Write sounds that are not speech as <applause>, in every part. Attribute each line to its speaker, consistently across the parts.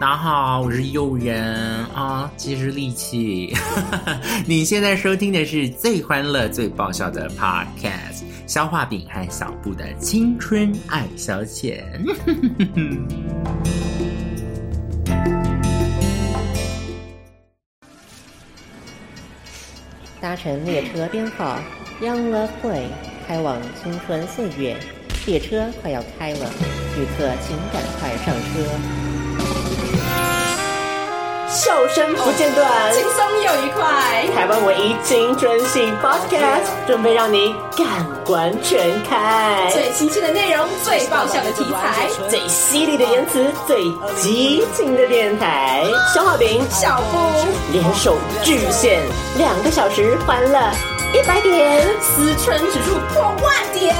Speaker 1: 大家好，我是诱人啊，其实力气。 <laughs> 你现在收听的是最欢乐、最爆笑的 Podcast《消化饼和小布的青春爱消遣》。
Speaker 2: 搭乘列车编号 Young Love Way 开往青春岁月，列车快要开了，旅客请赶快上车。
Speaker 3: 笑声不间断，
Speaker 4: 轻松又愉快。
Speaker 3: 台湾唯一青春性 podcast，准备让你感官全开。
Speaker 4: 最新鲜的内容，最爆笑的题材，
Speaker 3: 最犀利的言辞，最激情的电台。小画饼、
Speaker 4: 小布
Speaker 3: 联手巨献两个小时，欢乐一百点，
Speaker 4: 思春指数破万点。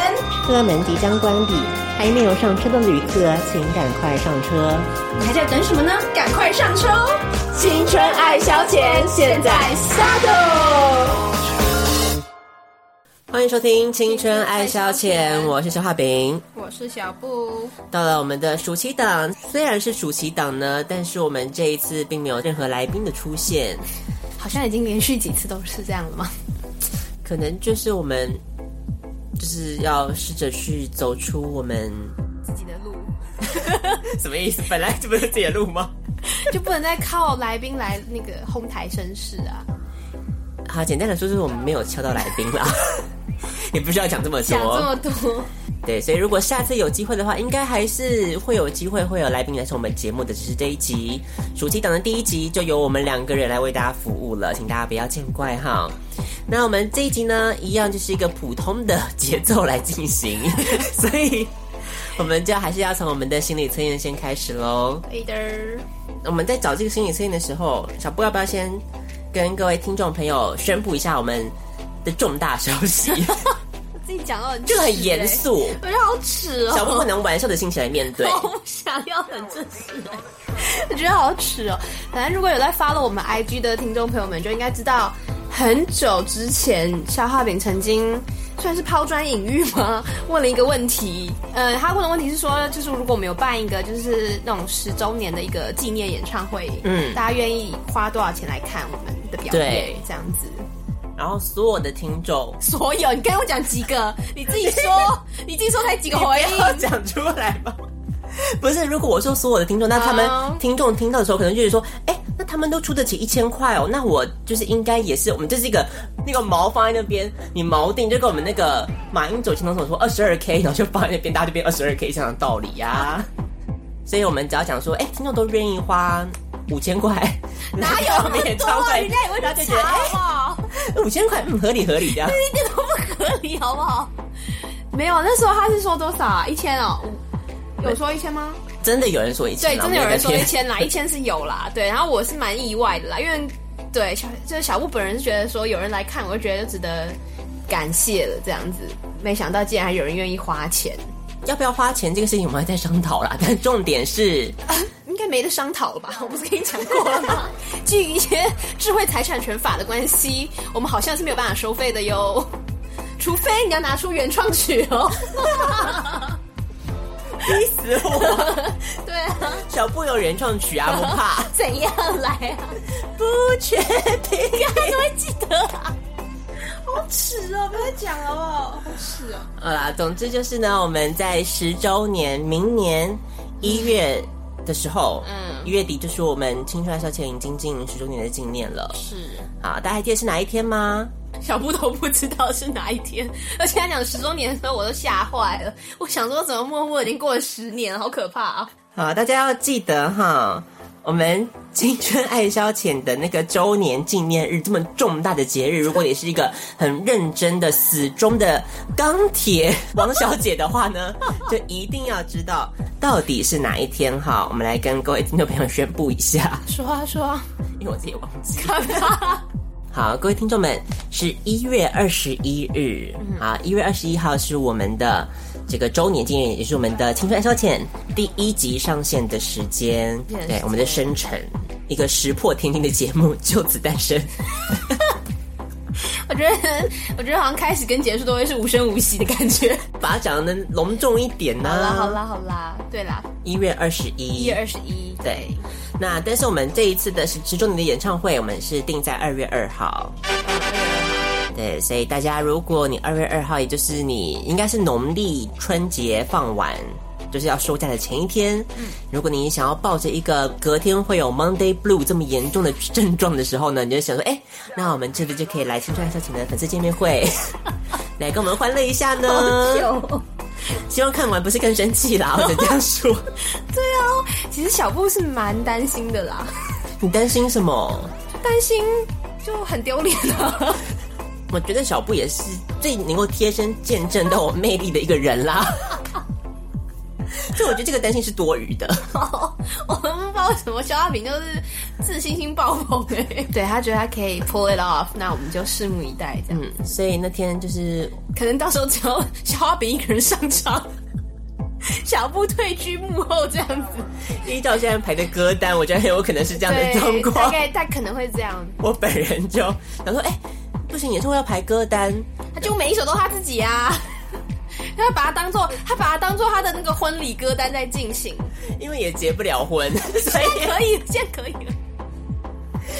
Speaker 2: 车门即将关闭，还没有上车的旅客请赶快上车。
Speaker 4: 你还在等什么呢？赶快上车哦！
Speaker 3: 青春爱消遣，现在
Speaker 4: 撒豆。
Speaker 3: 欢迎收听《青春爱消遣》，我是小画饼。
Speaker 4: 我是小布，
Speaker 3: 到了我们的暑期档，虽然是暑期档呢，但是我们这一次并没有任何来宾的出现，
Speaker 5: 好像已经连续几次都是这样了吗？
Speaker 3: 可能就是我们就是要试着去走出我们
Speaker 5: 自己的路
Speaker 3: <laughs> 什么意思？本来这不是自己的路吗？
Speaker 5: 就不能再靠来宾来那个哄抬绅士啊！
Speaker 3: 好，简单的说就是我们没有敲到来宾 <laughs> 啦，也不需要讲这么
Speaker 5: 讲这
Speaker 3: 多。
Speaker 5: 么多，
Speaker 3: 对，所以如果下次有机会的话，应该还是会有机会会有来宾来上我们节目的，只是这一集暑期档的第一集就由我们两个人来为大家服务了，请大家不要见怪哈。那我们这一集呢，一样就是一个普通的节奏来进行， <laughs> 所以我们就还是要从我们的心理测验先开始喽。
Speaker 5: 对的，
Speaker 3: 我们在找这个心理测验的时候，小布要不要先跟各位听众朋友宣布一下我们的重大消息？
Speaker 5: 我自己讲到很
Speaker 3: 这个
Speaker 5: 迟
Speaker 3: 很
Speaker 5: 欸
Speaker 3: 严，肃，
Speaker 5: 我觉得好耻哦、
Speaker 3: 小布不能玩笑的心情来面 <laughs> 对。
Speaker 5: 我不想要很正 <laughs> 式欸，我觉得好耻哦、反正如果有在发了我们 IG 的听众朋友们，就应该知道，很久之前肖化饼曾经算是抛砖引玉吗？ <laughs> 问了一个问题，呃，他问的问题是说，就是如果我们有办一个就是那种十周年的一个纪念演唱会，
Speaker 3: 嗯
Speaker 5: 嗯，大家愿意花多少钱来看我们的表演
Speaker 3: 对？
Speaker 5: 这样子。
Speaker 3: 然后所有的听
Speaker 5: <laughs>
Speaker 3: 众
Speaker 5: 所哦有，你跟我讲几个？你自己
Speaker 3: <laughs>
Speaker 5: 说，你自己说才几个回应？
Speaker 3: 要 <laughs> 讲出来吧。 <laughs> 不是，如果我说所有的听众，那他们
Speaker 5: 好
Speaker 3: 听众听到的时候，可能就是说，哎、那他们都出得起一千块哦，那我就是应该也是，我们就是一个那个毛放在那边，你锚定就跟我们那个马英九前总统说二十二 k，然后就放在那边，大家就变二十二 k 这样的道理呀、啊 <laughs> 所以我们只要讲说，哎、听众都愿意花五千
Speaker 5: <laughs>
Speaker 3: 块，
Speaker 5: 哪
Speaker 3: 来
Speaker 5: 有那
Speaker 3: 我
Speaker 5: 么
Speaker 3: 们演
Speaker 5: 多
Speaker 3: 唱
Speaker 5: <laughs> 啊？
Speaker 3: 会
Speaker 5: 人家也，会
Speaker 3: 大家就
Speaker 5: 去
Speaker 3: 觉得
Speaker 5: 查好不好？
Speaker 3: 哎，五千块，嗯，合理合理的。
Speaker 5: 一点都不合理，好不好？没有，那时候他是说多少啊？一千哦，有说一千吗？
Speaker 3: 真的有人说一千
Speaker 5: 对，
Speaker 3: 啊，
Speaker 5: 真的有人
Speaker 3: 我
Speaker 5: 说
Speaker 3: 没
Speaker 5: 一
Speaker 3: 有在骗 <laughs>
Speaker 5: 千啦，一千是有啦。对，然后我是蛮意外的啦，因为对小就是小布本人是觉得说有人来看，我就觉得值得感谢了这样子。没想到竟然还有人愿意花钱，
Speaker 3: 要不要花钱这个事情我们还在商讨啦， <laughs> 但重点是，
Speaker 5: 应该没得商讨了吧？我不是跟你讲过了吗？基于一些智慧财产权法的关系，我们好像是没有办法收费的哟，除非你要拿出原创曲哦。
Speaker 3: 逼死我！
Speaker 5: 对啊，
Speaker 3: 小布有原创曲啊，不 <laughs> 怕。
Speaker 5: 怎样来啊？
Speaker 3: 不确定，
Speaker 5: 你会记得啊？好耻哦！不要讲好不好？好耻哦！
Speaker 3: 好啦，总之就是呢，我们在十周年，明年一月的时候，嗯，
Speaker 5: 嗯
Speaker 3: 一月底就是我们青春爱消遣已经进行十周年的纪念了。
Speaker 5: 是
Speaker 3: 啊，大家还记得是哪一天吗？
Speaker 5: 小布都不知道是哪一天，而且他讲十周年的时候，我都吓坏了。我想说，怎么默默已经过了十年，好可怕啊！
Speaker 3: 好，大家要记得哈，我们青春爱消遣的那个周年纪念日，这么重大的节日，如果你是一个很认真的、死忠的钢铁 <laughs> 王小姐的话呢，就一定要知道到底是哪一天哈。我们来跟各位听众朋友宣布一下，
Speaker 5: 说啊说啊，
Speaker 3: 因为我自己也忘记。
Speaker 5: 干嘛？
Speaker 3: 好，各位听众们，是一月二十一日
Speaker 5: 嗯
Speaker 3: 啊，一月二十一号是我们的这个周年纪念，也是我们的《青春爱消遣》第一集上线的时间
Speaker 5: Yes
Speaker 3: 对，我们的 <laughs> 生辰，一个石破天惊的节目就此诞生。
Speaker 5: 我觉得，我觉得好像开始跟结束都会是无声无息的感觉。
Speaker 3: 把它讲的隆重一点呐、
Speaker 5: 好啦，好，啦，好啦，对啦，
Speaker 3: 一月二十一，
Speaker 5: 一月二十一，
Speaker 3: 对。那但是我们这一次的十十周年的演唱会，我们是定在二月二号。对，所以大家如果你二月二号，也就是你应该是农历春节放完，就是要休假的前一天，如果你想要抱着一个隔天会有 Monday Blue 这么严重的症状的时候呢，你就想说，哎，那我们是不是就可以来青春爱笑情的粉丝见面会，来跟我们欢乐一下
Speaker 5: 嗯
Speaker 3: 呢？
Speaker 5: 啊
Speaker 3: 希望看完不是更生气啦，我只能这样说。
Speaker 5: 对啊，其实小布是蛮担心的啦，
Speaker 3: 你担心什么？
Speaker 5: 担心就很丢脸啊。 <laughs>
Speaker 3: 我觉得小布也是最能够贴身见证到我魅力的一个人啦。 <laughs> 所以我觉得这个担心是多余的。
Speaker 5: 我们不知道为什么肖亚平就是自信心爆棚哎、对他觉得他可以 pull it off，那我们就拭目以待这样。
Speaker 3: 嗯，所以那天就是
Speaker 5: 可能到时候只有肖亚平一个人上场， <laughs> 小布退居幕后这样子。
Speaker 3: 依照现在排的歌单，我觉得很有可能是这样的状
Speaker 5: 对，大
Speaker 3: 况。
Speaker 5: 概他可能会这样，
Speaker 3: 我本人就想说，哎、不行，演唱会要排歌单，
Speaker 5: 他就每一首都他自己啊。 <laughs> 他把它当做，他把它当做他的那个婚礼歌单在进行，
Speaker 3: 因为也结不了婚， <laughs> 所
Speaker 5: <laughs>
Speaker 3: 以
Speaker 5: 可以，现在可以了。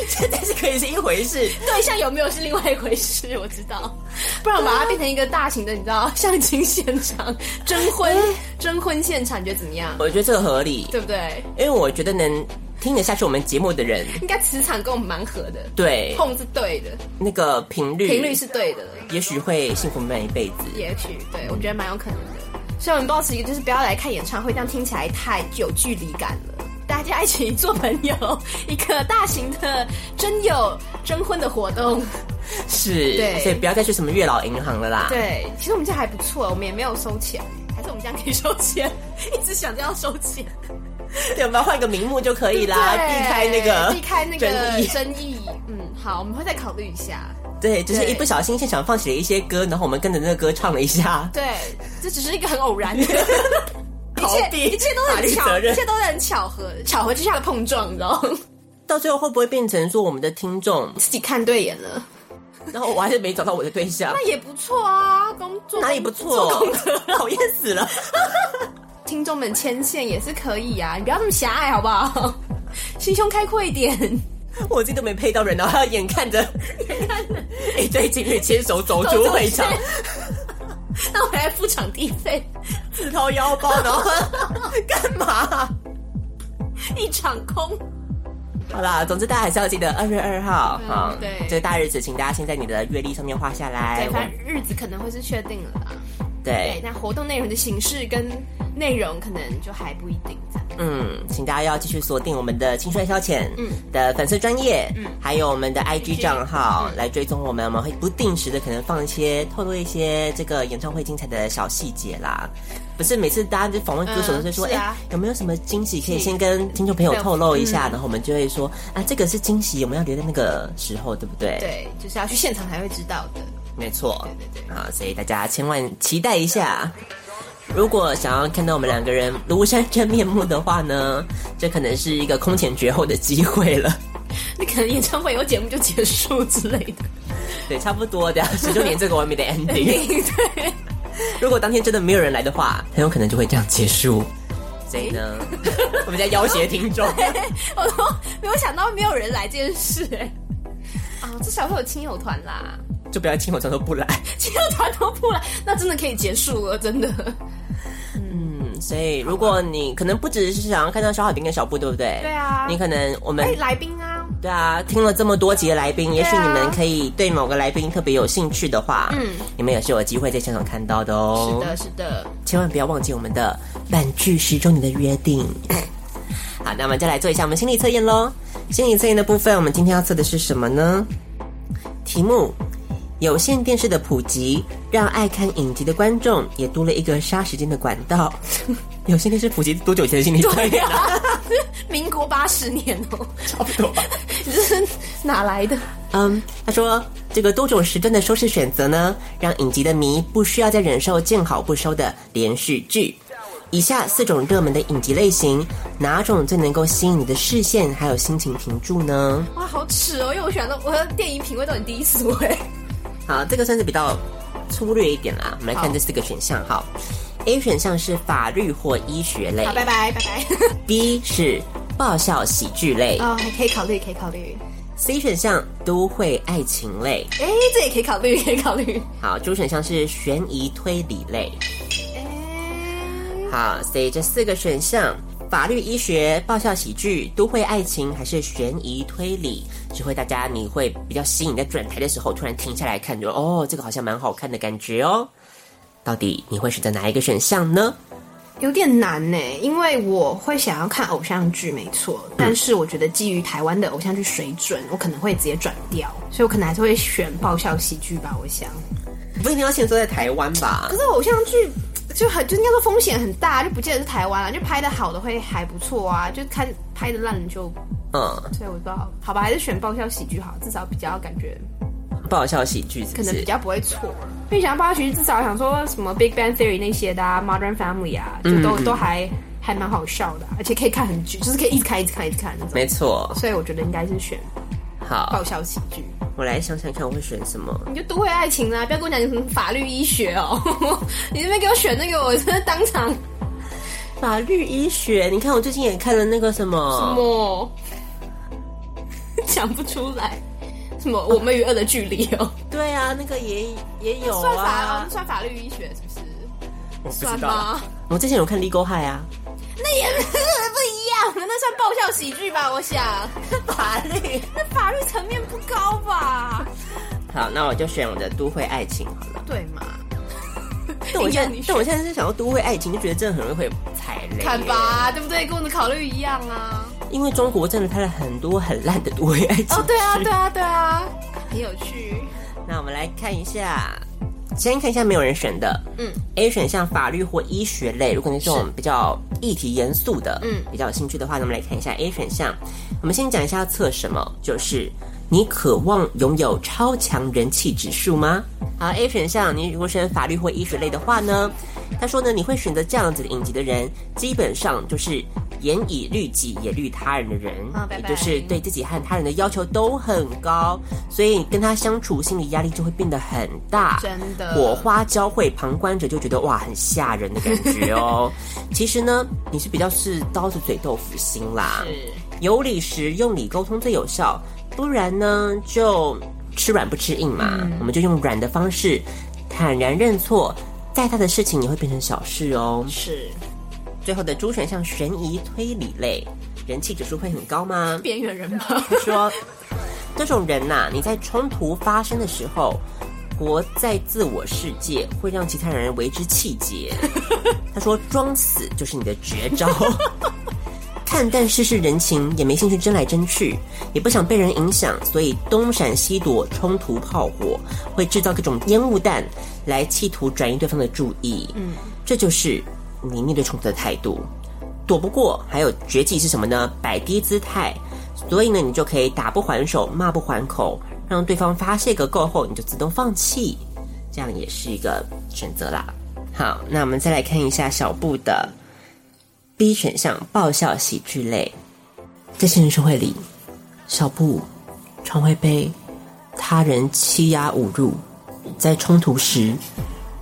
Speaker 3: 现在是可以是一回事。
Speaker 5: <laughs> 对象有没有是另外一回事，我知道。 <laughs> 不然我把它变成一个大型的，你知道，相亲现场、征婚、征婚现场，你觉得怎么样？
Speaker 3: 我觉得这个合理，
Speaker 5: 对不对？
Speaker 3: 因为我觉得能听得下去我们节目的人，
Speaker 5: 应该磁场跟我们蛮合的，
Speaker 3: 对
Speaker 5: 碰是对的，
Speaker 3: 那个频率，
Speaker 5: 哦频率是对的，
Speaker 3: 也许会幸福满一辈子。
Speaker 5: 也许对我觉得蛮有可能的。所以我们保持一个就是不要来看演唱会，这样听起来太有距离感了。大家一起做朋友，一个大型的征友征婚的活动。
Speaker 3: 是，
Speaker 5: 对
Speaker 3: 所以不要再去什么月老银行了啦。，
Speaker 5: 对，其实我们这还不错，我们也没有收钱，还是我们这样可以收钱， <laughs> 一直想着要收钱，
Speaker 3: 对，我们要换个名目就可以啦，
Speaker 5: 对
Speaker 3: 避开那个
Speaker 5: 避开那
Speaker 3: 争
Speaker 5: 个
Speaker 3: 议。
Speaker 5: 争议。嗯，好，我们会再考虑一下。
Speaker 3: 对，就是
Speaker 5: 对
Speaker 3: 一不小心现场放起了一些歌，然后我们跟着那个歌唱了一下。
Speaker 5: 对，这只是一个很偶 <laughs> 然的，一
Speaker 3: 逃
Speaker 5: 切
Speaker 3: 避
Speaker 5: 一切都
Speaker 3: 法
Speaker 5: 很
Speaker 3: 律责
Speaker 5: 巧，一
Speaker 3: 任
Speaker 5: 切都很巧合，巧合之下的碰撞，你知
Speaker 3: <laughs>
Speaker 5: 道吗？
Speaker 3: 到最后会不会变成说我们的听众，
Speaker 5: 自己看对眼了，
Speaker 3: 然后我还是没找到我的对
Speaker 5: <laughs>
Speaker 3: 象，
Speaker 5: 那也不错啊，工作
Speaker 3: 哪里不错？ <laughs> 讨厌死了。
Speaker 5: 听众们牵线也是可以啊，你不要这么狭隘好不好？ <laughs> 心胸开阔一点，
Speaker 3: 我自己都没配到人，然后还要眼看着
Speaker 5: <laughs>
Speaker 3: 一对情侣牵手走出会场，
Speaker 5: 那我还付场地费，
Speaker 3: 自掏腰包，然
Speaker 5: <laughs>
Speaker 3: 后干嘛？
Speaker 5: 一场空。
Speaker 3: 好啦，总之大家还是要记得二月二号
Speaker 5: 嗯
Speaker 3: 啊、
Speaker 5: 对
Speaker 3: 这个大日子，请大家先在你的月历上面画下来
Speaker 5: 对，。反正日子可能会是确定了啦。对，
Speaker 3: 对，
Speaker 5: 那活动内容的形式跟内容可能就还不一定这样。
Speaker 3: 嗯，请大家要继续锁定我们的青春消遣
Speaker 5: 嗯
Speaker 3: 的粉丝专业，嗯，还有我们的 IG 账号、
Speaker 5: 嗯
Speaker 3: 来追踪我们，我们会不定时的可能放一些透露一些这个演唱会精彩的小细节啦。不是每次大家就访问歌手都会说，
Speaker 5: 嗯
Speaker 3: 哎、
Speaker 5: 是啊嗯
Speaker 3: 有没有什么惊喜可以先跟听众朋友透露一下？然后我们就会说，啊，这个是惊喜，我们要留在那个时候，对不对？，
Speaker 5: 对，就是要去现场才会知道的。
Speaker 3: 没错，
Speaker 5: 对对
Speaker 3: 啊，所以大家千万期待一下。如果想要看到我们两个人庐山真面目的话呢，这可能是一个空前绝后的机会了。 <laughs>
Speaker 5: 那可能演唱会有节目就结束之类的。
Speaker 3: 对，差不多的，十周年这个完美的
Speaker 5: <laughs>
Speaker 3: ending。
Speaker 5: 对，
Speaker 3: 如果当天真的没有人来的话，很有可能就会这样结束。所以呢，
Speaker 5: <laughs>
Speaker 3: 我们在要挟听众。
Speaker 5: 我都没有想到没有人来这件事、哎，啊，至少会有亲友团啦，
Speaker 3: 就不要亲我装都不来。
Speaker 5: 亲友团都不来，那真的可以结束了，真的。
Speaker 3: 嗯，所以如果你可能不只是想要看到小好丁跟小布，对不对？
Speaker 5: 对啊
Speaker 3: 你可能我们
Speaker 5: 哎、来宾啊，
Speaker 3: 对啊，听了这么多集的来宾，也许
Speaker 5: 对啊
Speaker 3: 你们可以对某个来宾特别有兴趣的话，嗯，你们也是有机会在现场看到的哦。
Speaker 5: 是的，，是的，
Speaker 3: 千万不要忘记我们的半句十周年的约定。 <coughs> 好，那我们就来做一下我们心理测验喽。心理测验的部分，我们今天要测的是什么呢？题目：有线电视的普及，让爱看影集的观众也多了一个杀时间的管道。 <laughs> 有线电视普及多久以前的心理测验啊？
Speaker 5: <laughs> 民国八十年哦、
Speaker 3: 差不多吧。
Speaker 5: <laughs> 你这是哪来的？
Speaker 3: 嗯，他说这个多种时段的收视选择呢，让影集的迷不需要再忍受见好不收的连续剧。以下四种热门的影集类型，哪种最能够吸引你的视线还有心情停住呢？
Speaker 5: 哇，好耻哦！因为我喜欢的我的电影品味都很低俗哎。
Speaker 3: 好，这个算是比较粗略一点啦。我们来看这四个选项哈。A 选项是法律或医学类
Speaker 5: <laughs> 好，拜拜拜拜。
Speaker 3: ，B 是爆笑喜剧类
Speaker 5: <laughs> 哦，还可以考虑，可以考虑。
Speaker 3: ，C 选项都会爱情类，
Speaker 5: 哎，这也可以考虑，可以考虑。
Speaker 3: 好，D 选项是悬疑推理类。好，所以这四个选项：法律、医学、爆笑喜剧、都会爱情，还是悬疑推理？只会大家你会比较吸引，在转台的时候突然停下来看，就哦，这个好像蛮好看的感觉哦。到底你会选择哪一个选项呢？
Speaker 5: 有点难呢，因为我会想要看偶像剧，没错，
Speaker 3: 嗯
Speaker 5: 但是我觉得基于台湾的偶像剧水准，我可能会直接转掉，所以我可能还是会选爆笑喜剧吧，我想。
Speaker 3: 不一定要限缩在台湾吧
Speaker 5: 可？是偶像剧就很就应该说风险很大，就不见得是台湾啊，就拍的好的会还不错啊，就看拍的烂的就，
Speaker 3: 嗯，
Speaker 5: 所以我不知道，好吧，还是选爆笑喜剧好，至少比较感觉
Speaker 3: 爆笑喜剧是
Speaker 5: 可
Speaker 3: 不
Speaker 5: 能比
Speaker 3: 是？
Speaker 5: 较不会错。啊因为想要爆笑喜剧，至少想说什么 Big Bang Theory 那些的、啊、，Modern Family 啊，就都、都还还蛮好笑的啊、而且可以看很久，就是可以一直看一直看一直看那种。
Speaker 3: 没错。
Speaker 5: 所以我觉得应该是选
Speaker 3: 好
Speaker 5: 爆，笑喜剧。
Speaker 3: 我来想想看，我会选什么？
Speaker 5: 你就都会爱情啦、不要跟我讲什么法律医学哦， <laughs> 你那边给我选那个，我真的当场
Speaker 3: 法律、医学。你看，我最近也看了那个什
Speaker 5: 嗯
Speaker 3: 么，
Speaker 5: 么 <laughs> 讲不出来。什么？我们与恶的距离哦，
Speaker 3: 对啊，那个也也有
Speaker 5: 算法哦
Speaker 3: 啊，
Speaker 5: 那。算法律医学是不是？
Speaker 3: 我不
Speaker 5: 算
Speaker 3: 知道
Speaker 5: 吗。？
Speaker 3: 我之前有看《Legal High》啊，
Speaker 5: 那也不一样，那算爆笑喜剧吧？我想， <laughs>
Speaker 3: 法律。
Speaker 5: 那法律层面不高吧？
Speaker 3: 好，那我就选我的都会爱情好了。
Speaker 5: 对嘛？
Speaker 3: 但我现
Speaker 5: 硬要
Speaker 3: 在，
Speaker 5: 你选
Speaker 3: 但我现在是想要都会爱情，就觉得这很容易会踩雷。
Speaker 5: 看，吧，对不对？跟我的考虑一样啊。
Speaker 3: 因为中国真的拍了很多很烂的都会爱情。
Speaker 5: 哦，对啊，对啊，对啊，很有趣。
Speaker 3: 那我们来看一下，先看一下没有人选的，嗯，A 选项法律或医学
Speaker 5: 嗯
Speaker 3: 类，如果你是这种比较议题严肃的，嗯，比较有兴趣的话，那我们来看一下 A 选项。我们先讲一下要测什么，就是你渴望拥有超强人气指数吗？好，A 选项，你如果选法律或医学类的话呢，他说呢，你会选择这样子的影集的人，基本上就是严以律己也律他人的人，
Speaker 5: 啊拜拜
Speaker 3: 也就是对自己和他人的要求都很高，所以跟他相处心理压力就会变得很大，
Speaker 5: 真的
Speaker 3: 火花交汇，旁观者就觉得哇，很吓人的感觉哦。其实呢，你是比较是刀子嘴豆腐心啦，有理时用理沟通最有效，不然呢就吃软不吃硬嘛，我们就用软的方式，坦然认错，再大的事情也会变成小事哦。
Speaker 5: 是
Speaker 3: 最后的猪选项悬疑推理类，人气指数会很高吗？
Speaker 5: 边缘人吧？
Speaker 3: 说，这种人呐、你在冲突发生的时候，活在自我世界，会让其他人为之气结。他说，装死就是你的绝招。 <laughs> 看淡世事人情，也没兴趣争来争去，也不想被人影响，所以东闪西躲，冲突炮火，会制造各种烟雾弹来企图转移对方的注意。嗯，这就是你面对冲突的态度。躲不过，还有绝技是什么呢？摆低姿态。所以呢，你就可以打不还手，骂不还口，让对方发泄个够后，你就自动放弃，这样也是一个选择啦。好，那我们再来看一下小布的 B 选项爆笑喜剧类，在现实社会里，小布常会被他人欺压侮辱，在冲突时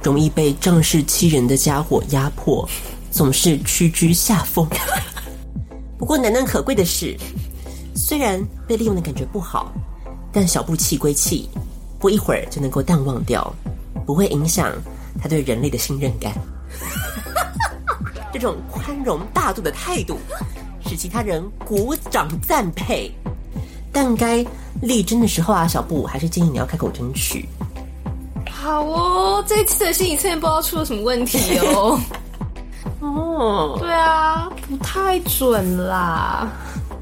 Speaker 3: 容易被仗势欺人的家伙压迫，总是屈居下风。 <laughs> 不过难能可贵的是，虽然被利用的感觉不好，但小布气归气，不一会儿就能够淡忘掉，不会影响他对人类的信任感。 <laughs> 这种宽容大度的态度，使其他人鼓掌赞佩。但该力争的时候啊，小布还是建议你要开口争取。
Speaker 5: 好哦，这一次的心理测验不知道出了什么问题哦。 <laughs>
Speaker 3: 哦，
Speaker 5: 对啊，不太准啦。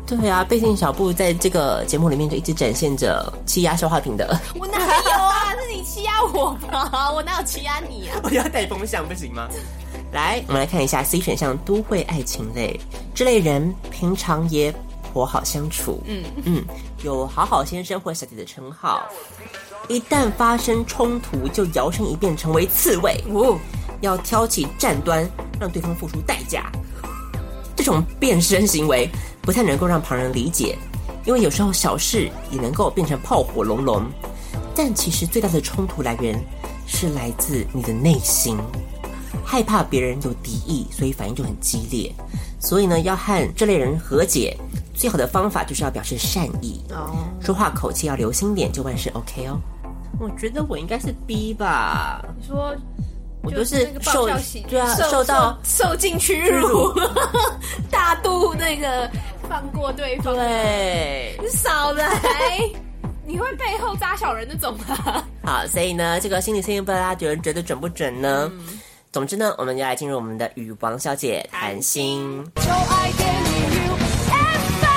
Speaker 3: 对啊，毕竟小布在这个节目里面就一直展现着欺压消化品的，
Speaker 5: 我哪有啊？是你欺压我吧？我哪有欺压你啊？
Speaker 3: <laughs> 我要带风向不行吗？来，我们来看一下 C 选项都会爱情类，这类人平常也颇好相处，嗯嗯，有好好先生或小姐的称号，一旦发生冲突就摇身一变成为刺猬，
Speaker 5: 哦，
Speaker 3: 要挑起战端，让对方付出代价。这种变身行为不太能够让旁人理解，因为有时候小事也能够变成炮火隆隆。但其实最大的冲突来源是来自你的内心，害怕别人有敌意，所以反应就很激烈。所以呢，要和这类人和解，最好的方法就是要表示善意，
Speaker 5: 哦，
Speaker 3: 说话口气要留心点，就万事 OK 哦。我觉得我应该是 B 吧，
Speaker 5: 你说
Speaker 3: 我
Speaker 5: 就
Speaker 3: 就是
Speaker 5: 那个爆
Speaker 3: 受
Speaker 5: 笑喜剧
Speaker 3: 对啊，受到
Speaker 5: 受尽屈辱， <laughs> 大度那个放过对方，
Speaker 3: 对。
Speaker 5: 你少来，你会背后扎小人那种吗？
Speaker 3: 好，所以呢，这个心理测验不知道大家觉得觉得准不准呢？总之呢，我们要来进入我们的与王小姐谈心。
Speaker 4: 就爱给你 UFO。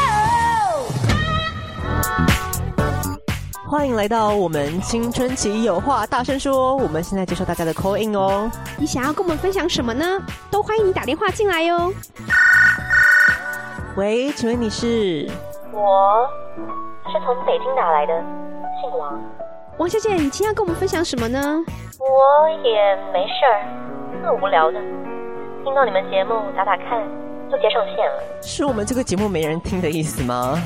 Speaker 6: 欢迎来到我们青春期有话大声说，我们现在接受大家的 call in 哦。
Speaker 7: 你想要跟我们分享什么呢？都欢迎你打电话进来哟。
Speaker 6: 喂，请问你是？
Speaker 8: 我是从北京打来的，姓王。
Speaker 7: 王小姐，你今天要跟我们分享什么呢？
Speaker 8: 我也没事儿，很无聊的，听到你们节目打打看，就接上线了。
Speaker 6: 是我们这个节目没人听的意思吗？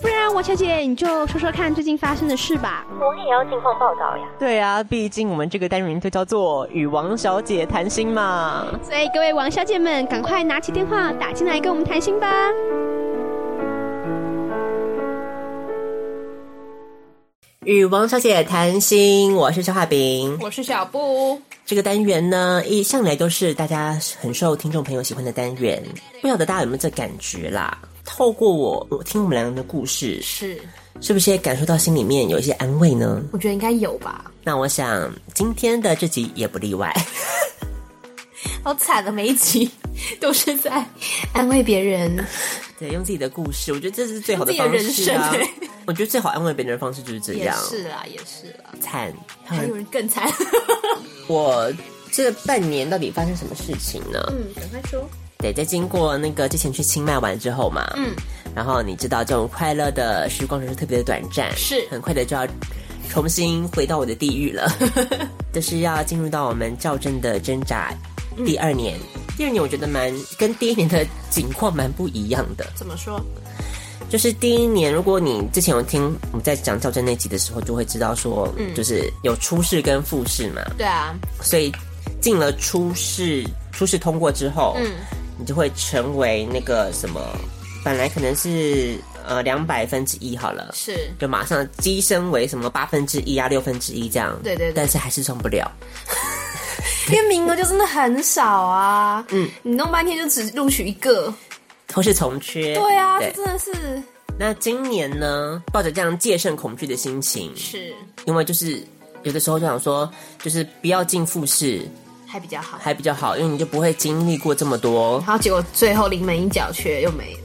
Speaker 7: 不然王小姐你就说说看最近发生的事吧。
Speaker 8: 我也要近况报道呀。
Speaker 6: 对啊，毕竟我们这个单元就叫做与王小姐谈心嘛。
Speaker 7: 所以各位王小姐们，赶快拿起电话打进来跟我们谈心吧。
Speaker 3: 与王小姐谈心，我是小画饼。
Speaker 5: 我是小布，
Speaker 3: 这个单元呢，一向来都是大家很受听众朋友喜欢的单元。不晓得大家有没有这感觉啦？透过我我听我们两个人的故事，
Speaker 5: 是，
Speaker 3: 是不是也感受到心里面有一些安慰呢？
Speaker 5: 我觉得应该有吧。
Speaker 3: 那我想今天的这集也不例外。 <laughs>
Speaker 5: 好惨的每一集 <laughs> 都是在安慰别人，
Speaker 3: 对，用自己的故事，我觉得这是最好的
Speaker 5: 用
Speaker 3: 方
Speaker 5: 自己的
Speaker 3: 式啊
Speaker 5: 人生
Speaker 3: 我觉得最好安慰别人的方式就是这
Speaker 5: 也
Speaker 3: 样。
Speaker 5: 是啊，也是啊，
Speaker 3: 惨，
Speaker 5: 还有人更惨。
Speaker 3: 我这半年到底发生什么事情呢？
Speaker 5: 嗯，赶快说。
Speaker 3: 对，在经过那个之前去清迈玩之后嘛，嗯，然后你知道这种快乐的时光总是特别的短暂，
Speaker 5: 是
Speaker 3: 很快的就要重新回到我的地狱了， <laughs> 就是要进入到我们校正的挣扎第二年。第二年我觉得蛮跟第一年的情况蛮不一样的，
Speaker 5: 怎么说？
Speaker 3: 就是第一年，如果你之前有听我们在讲校正那集的时候，就会知道说，嗯，就是有初试跟复试嘛，
Speaker 5: 对啊，
Speaker 3: 所以进了初试，初试通过之后，嗯，你就会成为那个什么，本来可能是呃两百分之一好了，
Speaker 5: 是
Speaker 3: 就马上跻身为什么八分之一啊、六分之一这样，
Speaker 5: 对对对
Speaker 3: 但是还是上不了，
Speaker 5: 因为名额就真的很少啊。嗯，你弄半天就只录取一个。
Speaker 3: 或是重缺，
Speaker 5: 对啊，这
Speaker 3: 对。
Speaker 5: 真的是
Speaker 3: 那今年呢，抱着这样戒慎恐惧的心情，
Speaker 5: 是
Speaker 3: 因为就是有的时候就想说，就是不要进复试
Speaker 5: 还比较好。
Speaker 3: 还比较好，因为你就不会经历过这么多。
Speaker 5: 然后结果最后临门一脚却又没了。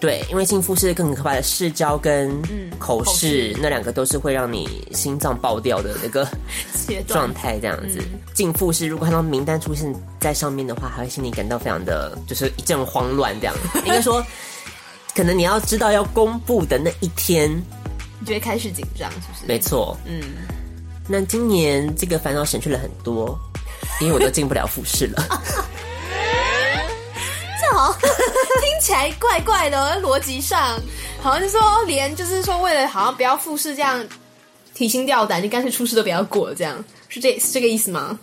Speaker 3: 对，因为进复试更可怕的试教跟口试，那两个都是会让你心脏爆掉的那个
Speaker 5: 阶段
Speaker 3: 状态，这样子。进复试如果看到名单出现在上面的话，还会心里感到非常的就是一阵慌乱，这样。应该说，可能你要知道要公布的那一天，
Speaker 5: 你就会开始紧张，是不是？
Speaker 3: 没错，嗯。那今年这个烦恼省去了很多，因为我都进不了复试了。
Speaker 5: 这好像听起来怪怪的，逻辑上好像是说连就是说为了好像不要复试这样提心吊胆，就干脆出事都不要过，这样是这是这个意思吗？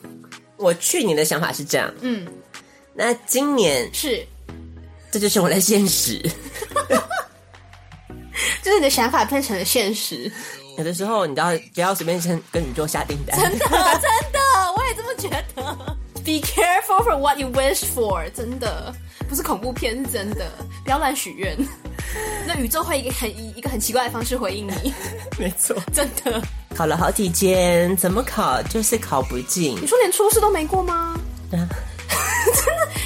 Speaker 3: 我去年的想法是这样，
Speaker 5: 嗯，
Speaker 3: 那今年
Speaker 5: 是，
Speaker 3: 这就是我的现实。
Speaker 5: 就是你的想法变成了现实，
Speaker 3: 有的时候，你知道，不要随便跟跟宇宙下订单。
Speaker 5: 真的真的，我也这么觉得。Be careful for what you wish for，真的不是恐怖片，是真的，不要乱许愿。那宇宙会以一个很以一个很奇怪的方式回应 <laughs> 你，
Speaker 3: <laughs> 没错，
Speaker 5: 真的。
Speaker 3: 考了 <laughs> 好几间，怎么考就是考不进
Speaker 5: 你。说连初试都没过吗？
Speaker 3: 啊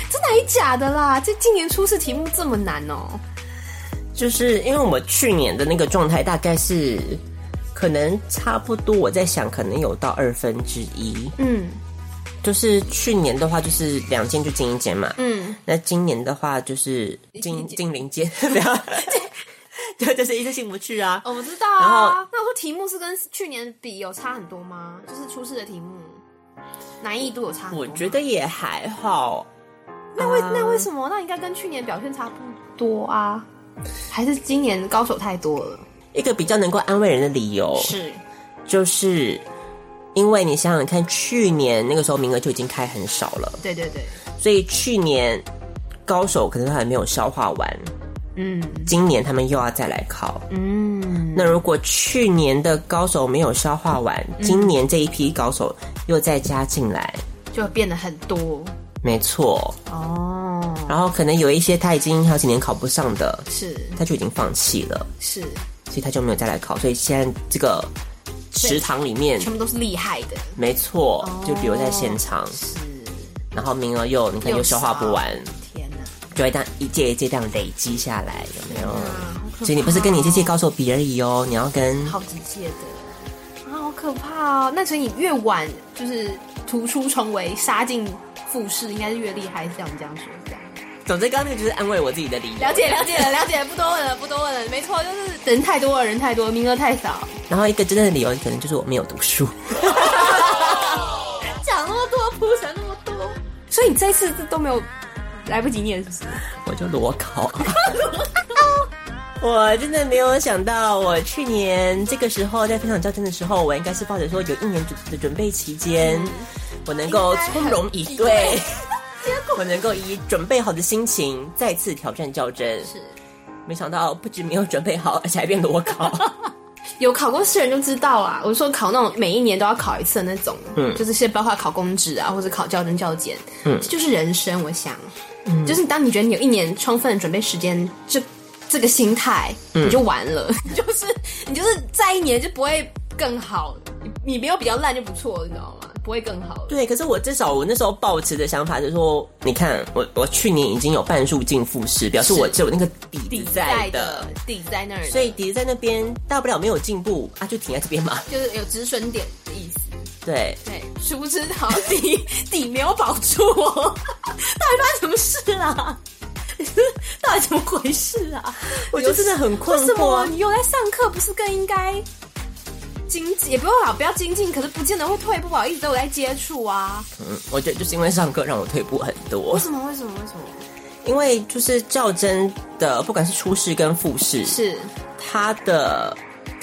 Speaker 5: 这哪里假的啦？这今年初试题目这么难哦。
Speaker 3: 就是因为我去年的那个状态，大概是可能差不多，我在想，可能有到二分之一。
Speaker 5: 嗯
Speaker 3: 就是去年的话，就是两间就进一间嘛。
Speaker 5: 嗯，
Speaker 3: 那今年的话，就是进进零间， <laughs> 不要，就就是一次性不去啊。
Speaker 5: 我知道
Speaker 3: 然
Speaker 5: 啊
Speaker 3: 后。
Speaker 5: 那我说题目是跟去年比有差很多吗？就是初试的题目难易度有差很多
Speaker 3: 我
Speaker 5: 吗
Speaker 3: 觉得也还好，
Speaker 5: 那为那为什么？那应该跟去年表现差不多啊？还是今年高手太多了？
Speaker 3: 一个比较能够安慰人的理由
Speaker 5: 是
Speaker 3: 就是因为你想想看，去年那个时候名额就已经开很少了，
Speaker 5: 对对对，
Speaker 3: 所以去年高手可能他还没有消化完，
Speaker 5: 嗯
Speaker 3: 今年他们又要再来考。
Speaker 5: 嗯，
Speaker 3: 那如果去年的高手没有消化完，今年这一批高手又再加进来，
Speaker 5: 就变得很多
Speaker 3: 没错。
Speaker 5: 哦，
Speaker 3: 然后可能有一些他已经好几年考不上的，
Speaker 5: 是
Speaker 3: 他就已经放弃了，
Speaker 5: 是，
Speaker 3: 所以他就没有再来考。所以现在这个池塘里面，
Speaker 5: 全部都是厉害的，
Speaker 3: 没错，就留在现场，
Speaker 5: 是
Speaker 3: 然后名额又你看又消化不完，
Speaker 5: 天哪，
Speaker 3: 就会当一届一届这样累积下来，有没有？
Speaker 5: 好可怕
Speaker 3: 所以你不是跟你这届高手比而已哦，你要跟
Speaker 5: 好直接的啊，好可怕哦！那所以你越晚就是突出重围，杀进复试，应该是越厉害，是这样这样说这样。
Speaker 3: 总之，刚刚那个就是安慰我自己的理由。
Speaker 5: 了解了解了了解，不 <laughs> 多问了不多问了，没错，就是人太多了，人太多，名额太少，
Speaker 3: 然后一个真正的理由可能就是我没有读书。 <laughs>
Speaker 5: 讲那么多，铺陈那么多，所以你这次都没有来不及念，是不是？
Speaker 3: 我就裸考。我真的没有想到，我去年这个时候在分享教真的时候，我应该是抱着说有一年准的准备期间，我能够从容以对， <laughs> 我能够以准备好的心情再次挑战较真。
Speaker 5: 是
Speaker 3: 没想到不止没有准备好，而且还变裸考。
Speaker 5: 有考过试的人就知道啊，我说考那种每一年都要考一次的那种，
Speaker 3: 嗯
Speaker 5: 就是些包括考公职啊，或者考教真教检，
Speaker 3: 嗯
Speaker 5: 这就是人生，我想，就是当你觉得你有一年充分的准备时间，这这个心态
Speaker 3: 嗯
Speaker 5: 你就完了， <laughs> 你就是你就是再一年就不会更好，你你没有比较烂就不错了，你知道吗？不会更好了。
Speaker 3: <laughs> 对，可是我至少我那时候抱持的想法就是说，你看我我去年已经有半数进复试，表示我
Speaker 5: 是
Speaker 3: 只有那个底
Speaker 5: 底
Speaker 3: 子
Speaker 5: 在
Speaker 3: 在
Speaker 5: 的
Speaker 3: 的。，
Speaker 5: 底在那儿的，
Speaker 3: 所以底子在那边，大不了没有进步啊，就停在这边嘛。
Speaker 5: 就是有止损点的意思。
Speaker 3: 对，
Speaker 5: 对，殊不知好像底 <laughs> 底没有保住哦， <laughs> 到底发生什么事
Speaker 3: <laughs>
Speaker 5: 啊？到底怎么回事啊？
Speaker 3: 我就真的很困
Speaker 5: 为什
Speaker 3: 惑
Speaker 5: 么
Speaker 3: 啊。
Speaker 5: 你有在上课，不是更应该精进？也不用好，不要精进，可是不见得会退步啊，一直都有在接触啊。
Speaker 3: 嗯，我觉得就是因为上课让我退步很多
Speaker 5: 为，什么？为什么？为什么？
Speaker 3: 因为就是较真的，不管是初试跟复试，
Speaker 5: 是
Speaker 3: 它的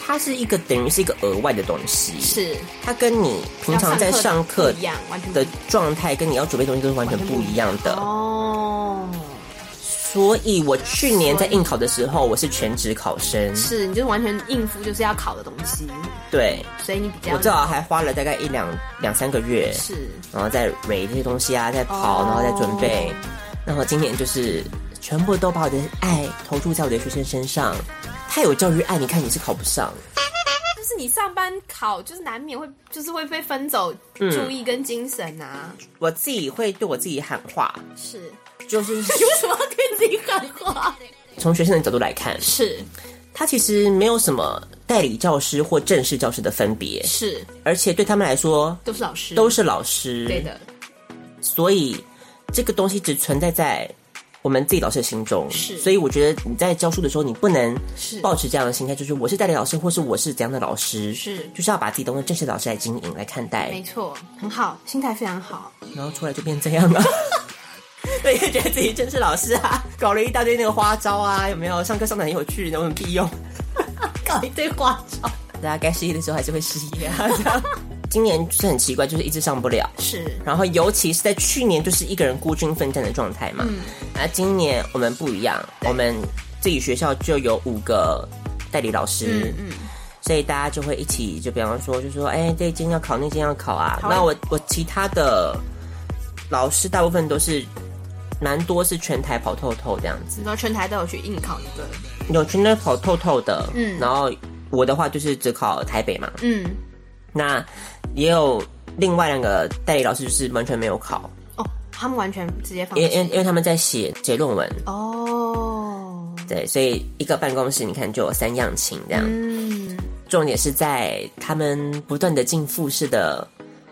Speaker 3: 它是一个等于是一个额外的东西，
Speaker 5: 是，
Speaker 3: 它跟你平常在上
Speaker 5: 要
Speaker 3: 课
Speaker 5: 上课的不一样完全不一
Speaker 3: 的
Speaker 5: 样
Speaker 3: 状态，跟你要准备的东西都是完全不一样的。
Speaker 5: 哦，
Speaker 3: 所以我去年在应考的时候，我是全职考生，
Speaker 5: 是，你就完全应付就是要考的东西，
Speaker 3: 对
Speaker 5: 所以你比较
Speaker 3: 我至少还花了大概一两两三个月，
Speaker 5: 是
Speaker 3: 然后再蕊这些东西啊，再跑，
Speaker 5: 哦
Speaker 3: 然后再准备。然后今年就是全部都把我的爱投注在我的学生身上，太有教育爱，你看你是考不上。
Speaker 5: 就是你上班考，就是难免会，就是会被分走注意跟精神啊。
Speaker 3: 我自己会对我自己喊话，
Speaker 5: 是，你
Speaker 3: 就是
Speaker 5: <laughs> 为什么要对自己喊话？
Speaker 3: 从学生的角度来看，
Speaker 5: 是
Speaker 3: 他其实没有什么代理教师或正式教师的分别，
Speaker 5: 是，
Speaker 3: 而且对他们来说
Speaker 5: 都是老师，
Speaker 3: 都是老师。
Speaker 5: 对，的，
Speaker 3: 所以这个东西只存在在我们自己老师的心中。
Speaker 5: 是
Speaker 3: 所以我觉得你在教书的时候，你不能
Speaker 5: 是
Speaker 3: 抱持这样的心态，就是我是代理老师，或是我是怎样的老师，
Speaker 5: 是
Speaker 3: 就是要把自己当做正式老师来经营来看待
Speaker 5: 没，错，很好，心态非常好。
Speaker 3: 然后出来就变这样了。 <laughs> 对，就觉得自己正式老师啊，搞了一大堆那个花招啊，有没有？上课上的很有趣，能不能必用？搞一堆花招，大家该失业的时候还是会失业 <laughs> 啊。这样今年就是很奇怪，就是一直上不了。
Speaker 5: 是
Speaker 3: 然后尤其是在去年就是一个人孤军奋战的状态嘛。那今年我们不一样，我们自己学校就有五个代理老师，嗯所以大家就会一起，就比方说，就说，哎，这一间要考，那间要考啊。那我我其他的老师大部分都是。蛮多是全台跑透透这样子，
Speaker 5: 很多全台都有去应考一个，
Speaker 3: 有全台跑透透的，
Speaker 5: 嗯
Speaker 3: 然后我的话就是只考台北嘛，
Speaker 5: 嗯，
Speaker 3: 那也有另外两个代理老师就是完全没有考，
Speaker 5: 哦，他们完全直接放
Speaker 3: 因为因为因
Speaker 5: 弃。
Speaker 3: 为他们在写写论文，
Speaker 5: 哦，
Speaker 3: 对，所以一个办公室你看就有三样情这样。
Speaker 5: 嗯，
Speaker 3: 重点是在他们不断的进复试的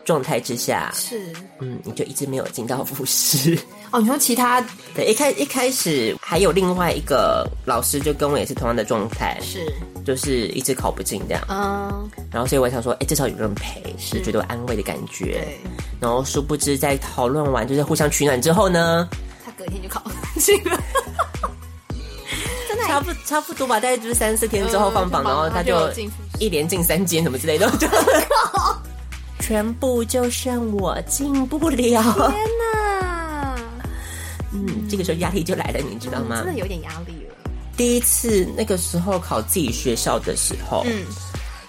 Speaker 3: 状态之下，
Speaker 5: 是。
Speaker 3: 嗯，你就一直没有进到复试。 <laughs>
Speaker 5: 哦，你说其他
Speaker 3: 对，一开一开始还有另外一个老师就跟我也是同样的状态，
Speaker 5: 是，
Speaker 3: 就是一直考不进这样。
Speaker 5: 嗯，
Speaker 3: 然后所以我想说，哎，至少有人陪，是觉得有安慰的感觉。
Speaker 5: 对，
Speaker 3: 然后殊不知在讨论完就是互相取暖之后呢，
Speaker 5: 他隔天就 <laughs> 考这个。
Speaker 3: 差不差不多吧，大概就是三四天之后放榜，
Speaker 5: 嗯
Speaker 3: 然后他就
Speaker 5: 进复试
Speaker 3: 一连进三间什么之类的，
Speaker 5: <laughs>
Speaker 3: 就全部就剩我进不了。
Speaker 5: 天哪，嗯
Speaker 3: 嗯，这个时候压力就来了，你知道吗
Speaker 5: 真的？有点压力了。
Speaker 3: 第一次那个时候考自己学校的时候，
Speaker 5: 嗯，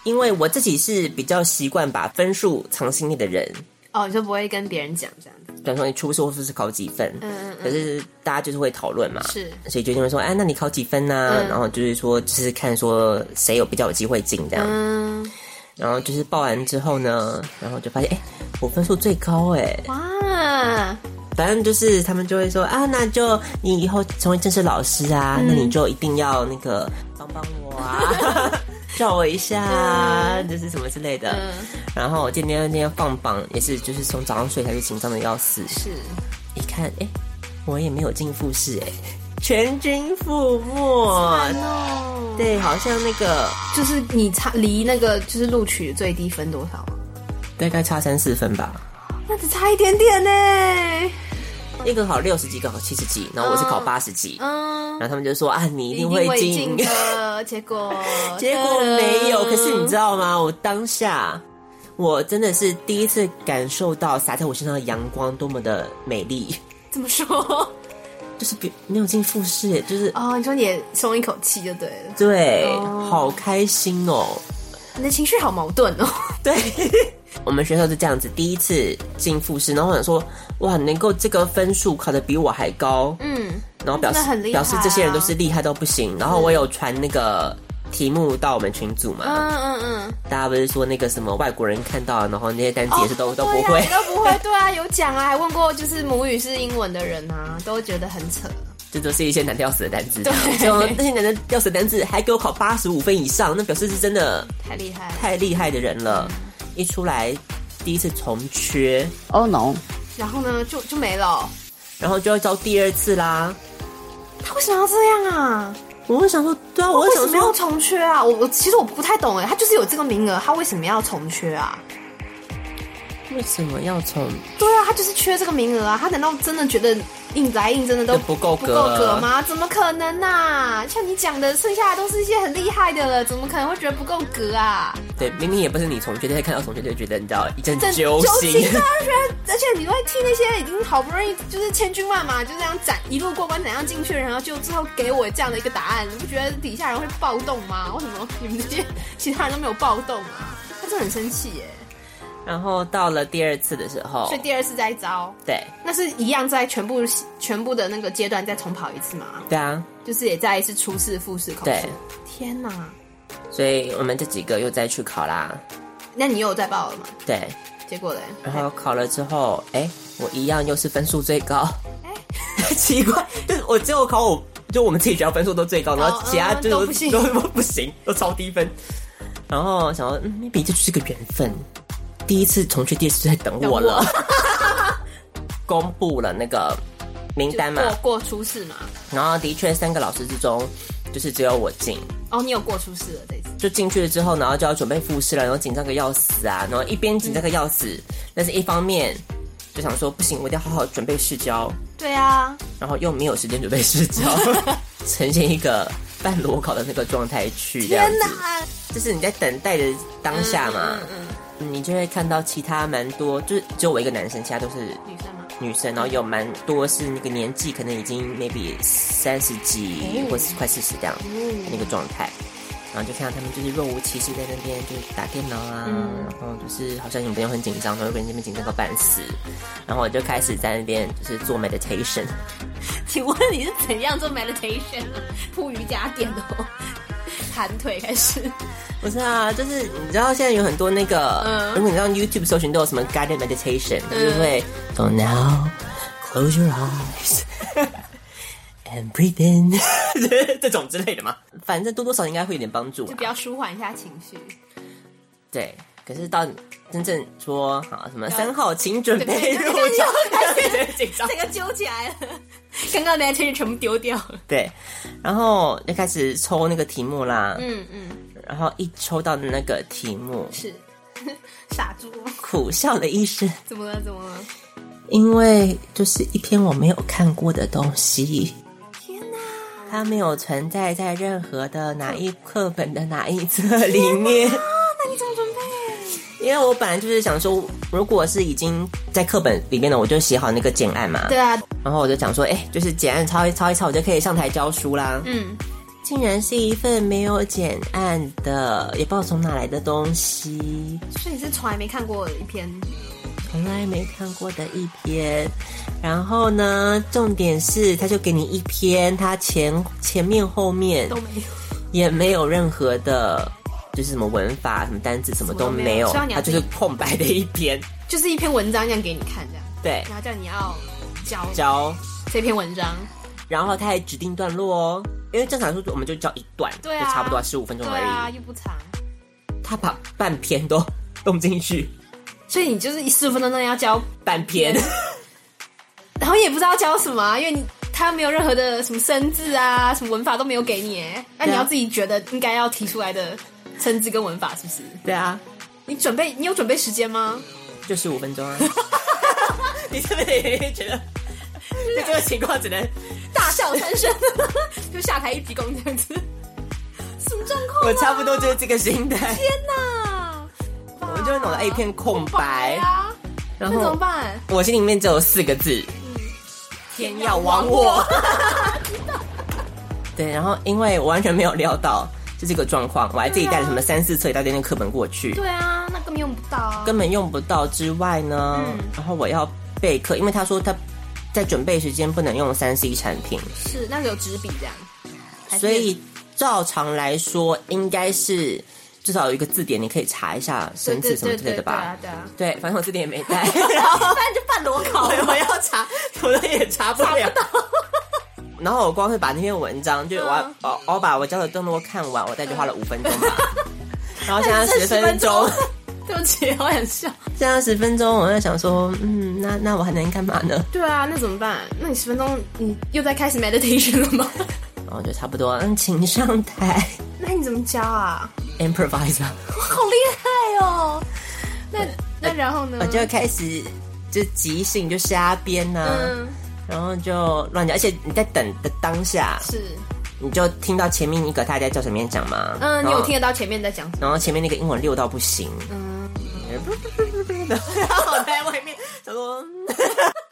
Speaker 3: 因为我自己是比较习惯把分数藏心里的人，
Speaker 5: 哦，你就不会跟别人讲这样子？
Speaker 3: 比方说你初试或复试考几分，
Speaker 5: 嗯嗯嗯
Speaker 3: 可是大家就是会讨论嘛，
Speaker 5: 是
Speaker 3: 所以就定会说，哎，那你考几分呐、
Speaker 5: 嗯
Speaker 3: 然后就是说，就是看说谁有比较有机会进这样，
Speaker 5: 嗯，
Speaker 3: 然后就是报完之后呢，然后就发现，哎，我分数最高哎、
Speaker 5: 哇，
Speaker 3: 反正就是他们就会说啊，那就你以后成为正式老师啊，
Speaker 5: 嗯
Speaker 3: 那你就一定要那个帮帮我
Speaker 5: <laughs>
Speaker 3: 啊，照我一下啊，就是什么之类的。
Speaker 5: 嗯
Speaker 3: 然后我今天那天放榜也是，就是从早上睡开始紧张的要死，
Speaker 5: 是
Speaker 3: 一看哎、我也没有进复试哎、 <laughs> 全军覆没。
Speaker 5: 哦，
Speaker 3: 对，好像那个
Speaker 5: 就是你差离那个就是录取最低分多少啊？
Speaker 3: <sighs> 大概差三四分吧，
Speaker 5: 那只差一点点呢。
Speaker 3: 一个考六十几，一个考七十几，然后我是考八十几，然，
Speaker 5: 嗯
Speaker 3: 后他们就说啊，你一
Speaker 5: 一
Speaker 3: 定
Speaker 5: 定
Speaker 3: 会
Speaker 5: 会
Speaker 3: 进
Speaker 5: 进。的， <laughs> 结果
Speaker 3: <laughs> 结果没有。
Speaker 5: 噔
Speaker 3: 可是你知道吗？我当下，我真的是第一次感受到洒在我身上的阳光多么的美丽，
Speaker 5: <laughs> 怎么说？
Speaker 3: 就是比没有进复试，就是、
Speaker 5: 哦，你说你也松一口气就对了。
Speaker 3: 对，
Speaker 5: 哦
Speaker 3: 好开心哦。
Speaker 5: 你的情绪好矛盾哦。
Speaker 3: <laughs> 对，我们学校是这样子，第一次进复试，然后我想说，哇，能够这个分数考得比我还高，
Speaker 5: 嗯，
Speaker 3: 然后表示、
Speaker 5: 真的很厉害
Speaker 3: 表
Speaker 5: 啊
Speaker 3: 示这些人都是厉害到不行。然后我有传那个题目到我们群组嘛，
Speaker 5: 嗯嗯嗯，
Speaker 3: 大家不是说那个什么外国人看到，然后那些单词也是都、
Speaker 5: 哦
Speaker 3: 都不会
Speaker 5: 对啊。你都不会，对啊，有讲啊，还问过就是母语是英文的人啊，都觉得很扯。
Speaker 3: <laughs> 这都是一些难的要死的单字，
Speaker 5: 对
Speaker 3: 就那些难的要死的单字还给我考八十五分以上，那表示是真的
Speaker 5: 太厉害了，
Speaker 3: 太厉害的人了。
Speaker 5: 嗯
Speaker 3: 一出来第一次重缺，
Speaker 9: Oh no！
Speaker 5: 然后呢，就就没了哦、
Speaker 3: 然后就要招第二次啦。
Speaker 5: 他为什么要这样啊？
Speaker 3: 我会想说，对啊，我
Speaker 5: 为
Speaker 3: 会
Speaker 5: 什
Speaker 3: 想
Speaker 5: 么要
Speaker 3: 说，
Speaker 5: 重缺啊？我我其实我不太懂哎，他就是有这个名额，他为什么要重缺啊？
Speaker 3: 为什么要重？
Speaker 5: 对啊，他就是缺这个名额啊！他难道真的觉得硬来硬真的都
Speaker 3: 都不够
Speaker 5: 不
Speaker 3: 格
Speaker 5: 够格吗？怎么可能呐、像你讲的，剩下的都是一些很厉害的了，怎么可能会觉得不够格啊？
Speaker 3: 对，明明也不是你重缺，但是看到重缺就觉得你知道一阵
Speaker 5: 真
Speaker 3: 揪
Speaker 5: 心
Speaker 3: 心。
Speaker 5: 啊！而且而且你会替那些已经好不容易就是千军万马就这样斩一路过关斩将进去，然后就最后给我这样的一个答案，你不觉得底下人会暴动吗？为什么你们这些其他人都没有暴动
Speaker 3: <laughs>
Speaker 5: 啊？他真的很生气耶！
Speaker 3: <laughs> 然后到了第二次的时候
Speaker 5: 所以，第二次再招，
Speaker 3: 对
Speaker 5: 那是一样在全部全部的那个阶段再重跑一次吗？
Speaker 3: 对啊，
Speaker 5: 就是也再一次初试、复试考试
Speaker 3: 对。
Speaker 5: 天哪，
Speaker 3: 所以我们这几个又再去考啦。
Speaker 5: 那你又有再报了吗？
Speaker 3: 对，
Speaker 5: 结果嘞？
Speaker 3: 然后考了之后，哎、我一样又是分数最高。
Speaker 5: 哎
Speaker 3: <laughs> 奇怪，就是我只有考我，就我们自己学校分数都最高，然后其他
Speaker 5: 嗯
Speaker 3: 就
Speaker 5: 都
Speaker 3: 是
Speaker 5: 不行
Speaker 3: 都不行，都超低分。然后想说，嗯，maybe 这就是个缘分。第一次重去，第二次就在等我了。 <laughs> 公布了那个名
Speaker 5: 就
Speaker 3: 单嘛，
Speaker 5: 过过初试嘛？
Speaker 3: 然后的确三个老师之中，就是只有我进。
Speaker 5: 哦，你有过初试了这一次。
Speaker 3: 就进去了之后，然后就要准备复试了，然后紧张个要死啊，然后一边紧张个要死，但是一方面就想说不行，我一定要好好准备试教，
Speaker 5: 对啊，
Speaker 3: 然后又没有时间准备试教，呈现一个半裸考的那个状态去这样
Speaker 5: 天
Speaker 3: 子，
Speaker 5: 哪！ <laughs>
Speaker 3: 就是你在等待的当下嘛，
Speaker 5: 嗯
Speaker 3: 你就会看到其他蛮多，就是只有我一个男生，其他都是
Speaker 5: 女生嘛，
Speaker 3: 女生，然后有蛮多是那个年纪可能已经 maybe 三十几
Speaker 5: 哎
Speaker 3: 或是快四十这样、那个状态，然后就看到他们就是若无其事在那边就是打电脑啊，
Speaker 5: 嗯
Speaker 3: 然后就是好像有的人很紧张，然后有的人这边紧张到半死，然后我就开始在那边就是做 meditation，
Speaker 5: 请问你是怎样做 meditation 的？铺瑜伽垫哦， <laughs> 盘腿开始。
Speaker 3: 不是啊，就是你知道现在有很多那个，如果你让 YouTube 搜寻都有什么 guided meditation，它就会 So now close your eyes <laughs> and breathe in，这种之类的嘛，反正多多少少应该会有点帮助
Speaker 5: 就
Speaker 3: 啊。
Speaker 5: 比较舒缓一下情
Speaker 3: <laughs>
Speaker 5: 绪，
Speaker 3: 对，可是到真正说好什么三号，请准备入场，
Speaker 5: <laughs>
Speaker 3: <laughs> 紧张
Speaker 5: 这。个揪起来了。刚刚那些全部丢掉了。
Speaker 3: 对，然后就开始抽那个题目啦，
Speaker 5: 嗯嗯，
Speaker 3: 然后一抽到那个题目，
Speaker 5: 是 <laughs> 傻猪，
Speaker 3: 苦笑了一声。
Speaker 5: 怎么了？怎么了？
Speaker 3: 因为就是一篇我没有看过的东西。
Speaker 5: 天哪！
Speaker 3: 它没有存在在任何的哪一课本的哪一册里面。啊因为我本来就是想说，如果是已经在课本里面的，我就写好那个简案嘛。
Speaker 5: 对啊，
Speaker 3: 然后我就想说，哎、就是简案抄一抄一抄，我就可以上台教书啦。
Speaker 5: 嗯，
Speaker 3: 竟然是一份没有简案的，也不知道从哪来的东西，
Speaker 5: 所以你是从来没看过一篇，
Speaker 3: 从来没看过的一篇。然后呢，重点是他就给你一篇，他前前面后面
Speaker 5: 都没有，
Speaker 3: 也没有任何的，就是什么文法、什么单字，什么都没有，
Speaker 5: 什么都没有所以你要
Speaker 3: 它就是空白的一
Speaker 5: <laughs>
Speaker 3: 篇。
Speaker 5: 就是一篇文章这样给你看，这样，
Speaker 3: 对，
Speaker 5: 然后叫你要教
Speaker 3: 教，
Speaker 5: 这篇文章，
Speaker 3: 然后它还指定段落哦，因为正常来说我们就教一段，
Speaker 5: 对啊
Speaker 3: 就差不多十五分钟
Speaker 5: 对
Speaker 3: 而
Speaker 5: 啊，
Speaker 3: 已。
Speaker 5: 又不长，
Speaker 3: 他把半篇都弄进去， <laughs>
Speaker 5: 所以你就是一十五分钟内要教，
Speaker 3: 半篇。
Speaker 5: 然后也不知道教什么啊、因为你他没有任何的什么生字啊，什么文法都没有给你，哎，那你
Speaker 3: 对啊
Speaker 5: 要自己觉得应该要提出来的生字跟文法是不是？
Speaker 3: 对啊，
Speaker 5: 你准备，你有准备时间吗？
Speaker 3: 就十五分
Speaker 5: <laughs>
Speaker 3: 钟啊。 <laughs> 你是不是也觉得在这个情况只能？
Speaker 5: 大笑
Speaker 3: <laughs>
Speaker 5: 三声，就下台一鞠躬这样子，什么状况、啊？
Speaker 3: 我差不多就是这个心态，
Speaker 5: 天哪！
Speaker 3: 我就弄哎了一片空
Speaker 5: 白
Speaker 3: 白，
Speaker 5: 啊，
Speaker 3: 然
Speaker 5: 那怎么
Speaker 3: 后
Speaker 5: 办？嗯
Speaker 3: 我心里面只有四个字：天要亡我。 <laughs> 对，然后因为我完全没有料到是这个状况，我还自己带了什么三四册一大堆那个课本过去，
Speaker 5: 对啊，那根本用不到啊。
Speaker 3: 根本用不到之外呢，
Speaker 5: 嗯
Speaker 3: 然后我要备课，因为他说他在准备时间不能用三 C 产品，
Speaker 5: 是那个有纸笔这样，还是
Speaker 3: 所以照常来说应该是至少有一个字典，你可以查一下
Speaker 5: 对
Speaker 3: 生
Speaker 5: 对
Speaker 3: 词什么
Speaker 5: 对
Speaker 3: 之类
Speaker 5: 对
Speaker 3: 的
Speaker 5: 对
Speaker 3: 吧
Speaker 5: 啊。对啊，
Speaker 3: 对，反正我字典也没带， <laughs> 然
Speaker 5: <laughs>
Speaker 3: 后
Speaker 5: 不然就半裸考
Speaker 3: 我我要查，我都也查不了。 <laughs> 然后我光是把那篇文章，就我要、哦我我把我教的段落看完，我大概就花了五分钟吧。然后现在十分钟，
Speaker 5: <laughs> 对不起，我很笑。
Speaker 3: 现在十分钟，我在想说，嗯，那那我还能干嘛呢？
Speaker 5: 对啊，那怎么办？那你十分钟，你又在开始 meditation 了吗？
Speaker 3: 然后就差不多，嗯，请上台
Speaker 5: <laughs> 那你怎么教啊？
Speaker 3: ，improviser，
Speaker 5: 好厉害哦！哎那那然后呢？
Speaker 3: 我就开始就即兴就瞎编呐、
Speaker 5: 嗯，
Speaker 3: 然后就乱讲，而且你在等的当下，
Speaker 5: 是
Speaker 3: 你就听到前面一个他在教什么面讲嘛，
Speaker 5: 嗯，你
Speaker 3: 然
Speaker 5: 有
Speaker 3: 后
Speaker 5: 听得到前面在讲什么？
Speaker 3: 然后前面那个英文溜到不行，嗯，然后我在外面想说，嗯
Speaker 5: 他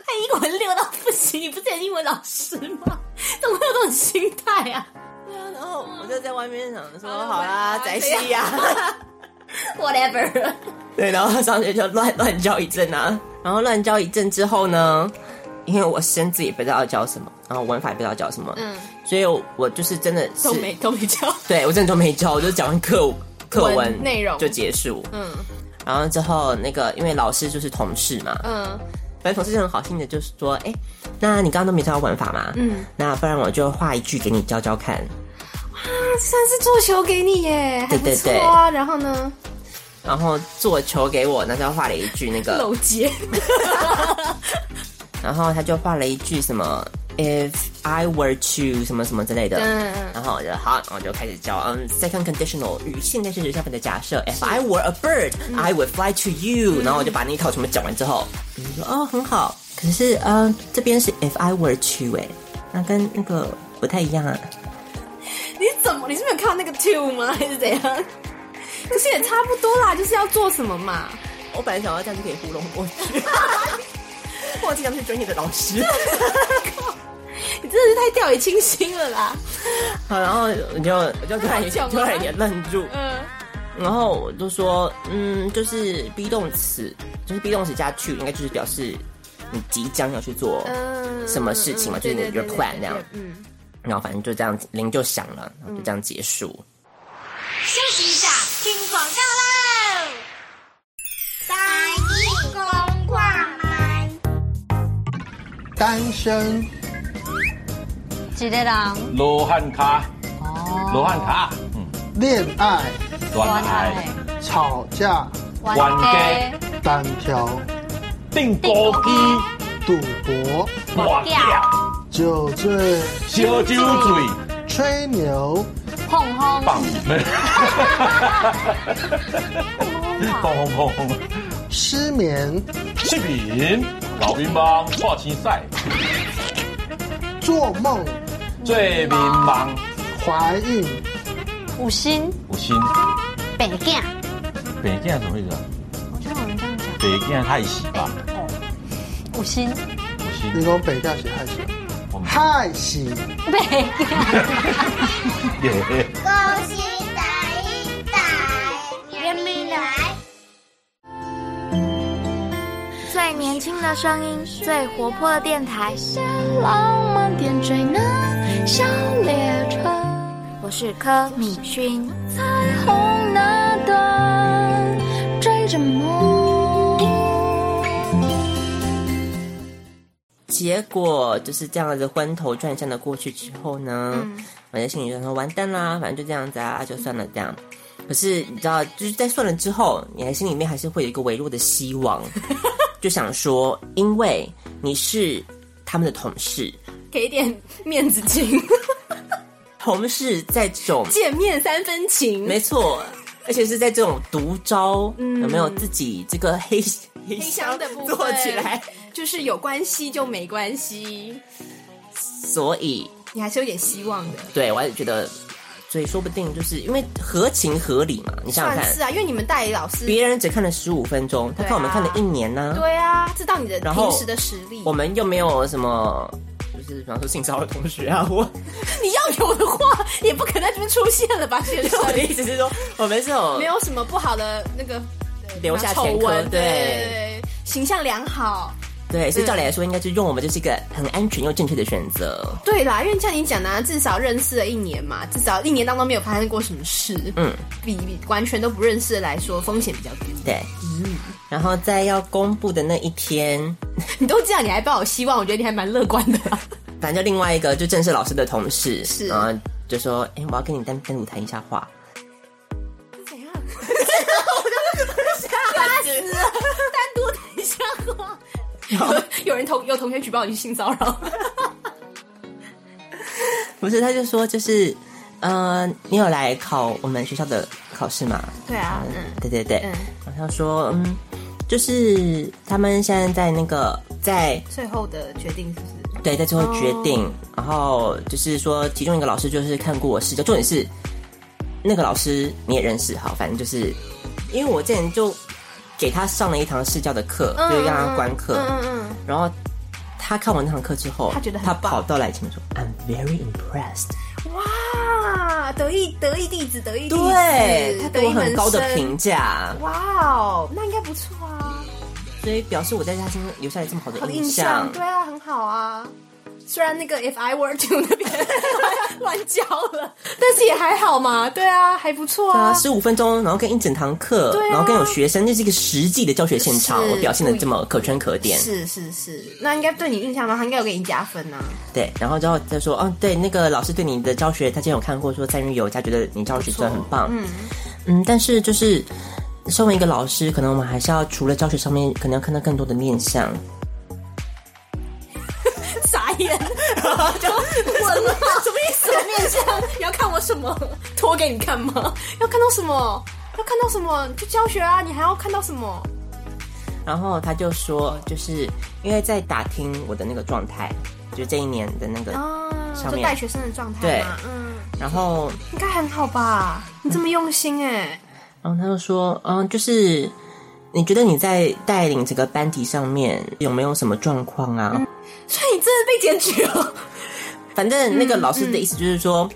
Speaker 5: 哎英文溜到不行，你不是也英文老师吗？怎么会有这种心态啊？
Speaker 3: 然后我就在外面想说，
Speaker 5: 嗯
Speaker 3: 好啊啦，
Speaker 5: 嗯
Speaker 3: 宅系呀，
Speaker 5: whatever。
Speaker 3: 对，然后上学就乱乱教一阵啊，然后乱教一阵之后呢，因为我生字也不知道要教什么，然后文法也不知道教什么，
Speaker 5: 嗯，
Speaker 3: 所以我就是真的是
Speaker 5: 都，没都没教。
Speaker 3: 对我真的都没教，我就讲完课课文
Speaker 5: 文内容
Speaker 3: 就结束，
Speaker 5: 嗯
Speaker 3: 然后之后那个因为老师就是同事嘛，
Speaker 5: 嗯，
Speaker 3: 反正同事就很好心的，就是说，哎、那你刚刚都没教文法嘛？嗯，那不然我就画一句给你教教看。
Speaker 5: 算是做球给你耶，还
Speaker 3: 对
Speaker 5: 不
Speaker 3: 对
Speaker 5: 错啊。然后呢，
Speaker 3: 然后做球给我，那就画了一句那个，
Speaker 5: 搂结，
Speaker 3: 然后他就画了一句什么 “if I were to” 什么什么之类的。
Speaker 5: 嗯嗯
Speaker 3: 然后我就好，然后我就开始教，嗯，second conditional 与现在现实下面的假设，if I were a bird,、I
Speaker 5: 嗯
Speaker 3: would fly to you、然后我就把那一套全部讲完之后，你说哦很好，可是嗯、呃这边是 if I were to 哎、那跟那个不太一样啊。
Speaker 5: <laughs> 你怎么？你是没有看到那个 two 吗？还是
Speaker 3: <laughs>
Speaker 5: 怎样？可是也差不多啦，就是要做什么嘛。
Speaker 3: 我本来想要这样就可以糊弄过去， <laughs> 我经常是专业的老师。
Speaker 5: 你真的是太掉以轻心了啦。
Speaker 3: <laughs> 好，然后我就我就突然也
Speaker 5: 太巧了
Speaker 3: 突然也愣 <laughs> 住，
Speaker 5: 嗯，
Speaker 3: 然后我就说，嗯，就是 be 动词，就是 be 动词加 to，应该就是表示你即将要去做
Speaker 5: 嗯
Speaker 3: 什么事情嘛，
Speaker 5: 嗯
Speaker 3: 就是你
Speaker 5: 对
Speaker 3: 的
Speaker 5: 对对
Speaker 3: plan 这样
Speaker 5: 对。嗯，
Speaker 3: 然后反正就这样，铃就响了，然后就这样结束。
Speaker 4: 休息一下，听广告喽。单一公话麦，
Speaker 9: 单身
Speaker 10: 一个人哦
Speaker 11: 罗汉卡，罗汉卡，嗯，
Speaker 9: 恋爱、
Speaker 11: 恋
Speaker 10: 玩
Speaker 11: 爱，
Speaker 9: 吵架、
Speaker 11: 冤家
Speaker 9: 单挑、
Speaker 11: 订高机，
Speaker 9: 赌博、
Speaker 11: 麻将，
Speaker 9: 酒醉、
Speaker 11: 烧酒醉，
Speaker 9: 吹牛、
Speaker 10: 碰碰，
Speaker 11: 棒， <laughs> 砰砰砰砰，
Speaker 9: 失眠、
Speaker 11: 食品，老兵帮跨青赛，
Speaker 9: 做梦、
Speaker 11: 最迷茫，
Speaker 9: 怀孕，
Speaker 10: 五星，
Speaker 11: 五星，
Speaker 10: 北干，
Speaker 11: 北京什么意思啊？
Speaker 10: 我觉得有人这样讲。
Speaker 11: 北京害喜吧？
Speaker 10: 五星，
Speaker 11: 五
Speaker 9: 你
Speaker 11: 星，
Speaker 9: 讲北大是害喜，害喜，
Speaker 10: 北
Speaker 11: 耶！
Speaker 4: 恭喜大一代人民来！
Speaker 12: 最年轻的声音，最活泼的电台，浪漫点缀那小列车。我是柯敏勋，彩虹那端追着梦。
Speaker 3: 结果就是这样子昏头转向的过去之后呢，
Speaker 5: 嗯
Speaker 3: 我在心里就想说完蛋啦，反正就这样子啊，啊就算了这样。可是你知道，就是在算了之后，你还心里面还是会有一个微弱的希
Speaker 5: <laughs>
Speaker 3: 望，就想说，因为你是他们的同事，
Speaker 5: 给一点面子情， <laughs>
Speaker 3: 同事在这种
Speaker 5: 见面三分情。
Speaker 3: 没错，而且是在这种独招，
Speaker 5: 嗯
Speaker 3: 有没有自己这个黑黑
Speaker 5: 黑箱的部分
Speaker 3: 做起来？
Speaker 5: 就是有关系就没关系，
Speaker 3: 所以
Speaker 5: 你还是有点希望的。
Speaker 3: 对我还是觉得，所以说不定就是因为合情合理嘛，你想想
Speaker 5: 算
Speaker 3: 看
Speaker 5: 是。啊，因为你们代理老师，
Speaker 3: 别人只看了十五分钟，他
Speaker 5: 对啊
Speaker 3: 看我们看了一年呢、
Speaker 5: 对啊，知道你的
Speaker 3: 然后
Speaker 5: 平时的实力。
Speaker 3: 我们又没有什么，就是比方说性骚扰同学啊， <laughs> 我
Speaker 5: 你要有的话，也不可能在这边出现
Speaker 3: <laughs>
Speaker 5: 了吧，先生
Speaker 3: 我？的意思是说，我们是有
Speaker 5: <laughs> 没有什么不好的那个对
Speaker 3: 留下
Speaker 5: 丑
Speaker 3: 前科
Speaker 5: 闻，
Speaker 3: 对
Speaker 5: 对，形象良好。
Speaker 3: 对，所以照
Speaker 5: 嗯
Speaker 3: 理来说，应该就用我们就是一个很安全又正确的选择。
Speaker 5: 对啦，因为像你讲的、啊，至少认识了一年嘛，至少一年当中没有发生过什么事，
Speaker 3: 嗯，
Speaker 5: 比比完全都不认识的来说，风险比较低。
Speaker 3: 对，
Speaker 5: 嗯
Speaker 3: 然后在要公布的那一天，
Speaker 5: 你都这样，你还抱有希望，我觉得你还蛮乐观
Speaker 3: <laughs>
Speaker 5: 的 <laughs> 啦。
Speaker 3: 反正另外一个就正是老师的同事，
Speaker 5: 是
Speaker 3: 然后就说：“哎、我要跟你单单独谈一下话。
Speaker 5: 怎样？吓死了！单独谈一下话。 <laughs> 有有人同有同学举报你性骚扰，
Speaker 3: 不是，他就说就是，呃，你有来考我们学校的考试吗？
Speaker 5: 对啊，嗯，
Speaker 3: 对对对，
Speaker 5: 嗯
Speaker 3: 然后他说，嗯，就是他们现在在那个在
Speaker 5: 最后的决定是不是？
Speaker 3: 对在最后决定，
Speaker 5: 哦
Speaker 3: 然后就是说其中一个老师就是看过我试教，重点是那个老师你也认识，好，反正就是因为我之前就给他上了一堂试教的课，
Speaker 5: 嗯
Speaker 3: 就是让他观课，
Speaker 5: 嗯嗯
Speaker 3: 然后他看完那堂课之后，
Speaker 5: 他觉得很
Speaker 3: 他
Speaker 5: 棒
Speaker 3: 跑到来前面说，I'm very impressed。
Speaker 5: 嗯，哇，得意得意弟子，得意弟子，
Speaker 3: 对，他
Speaker 5: 得
Speaker 3: 给我
Speaker 5: 意
Speaker 3: 很
Speaker 5: 门
Speaker 3: 高的
Speaker 5: 生
Speaker 3: 评价，
Speaker 5: 哇哦，那应该不错啊，
Speaker 3: 所以表示我在他心中留下了这么好的
Speaker 5: 好的
Speaker 3: 印
Speaker 5: 印
Speaker 3: 象
Speaker 5: 象，。对啊，很好啊。虽然那个 If I Were To 那边乱乱教了，但是也还好嘛，对啊，还不错
Speaker 3: 对啊，
Speaker 5: 啊。
Speaker 3: 十五分钟，然后跟一整堂课，
Speaker 5: 对啊
Speaker 3: 然后跟有学生，这是一个实际的教学现场，
Speaker 5: 是
Speaker 3: 我表现的这么可圈可点。
Speaker 5: 是是是，那应该对你印象吗？他应该有给你加分呐、啊。
Speaker 3: 对，然后之后他说，哦，对，那个老师对你的教学，他之前有看过，说赞誉有加，觉得你教学真的很棒。嗯嗯，但是就是身为一个老师，可能我们还是要除了教学上面，可能要看到更多的面向。
Speaker 5: 傻眼， <laughs> 就问了，什么意思？面相？你要看我什么？ <laughs> 脱给你看吗？要看到什么？要看到什么？你去教学啊！你还要看到什么？
Speaker 3: 然后他就说，就是因为在打听我的那个状态，就这一年的那个
Speaker 5: 啊，
Speaker 3: 上
Speaker 5: 就
Speaker 3: 面，
Speaker 5: 带学生的状态
Speaker 3: 对
Speaker 5: 嘛，嗯，
Speaker 3: 然后
Speaker 5: 应该很好吧？你这么用心哎、
Speaker 3: 然后他就说，嗯，就是你觉得你在带领整个班级上面有没有什么状况啊？
Speaker 5: <laughs> 嗯所以你真的被检举了？
Speaker 3: 反正那
Speaker 5: 嗯
Speaker 3: 个老师的意思就是说，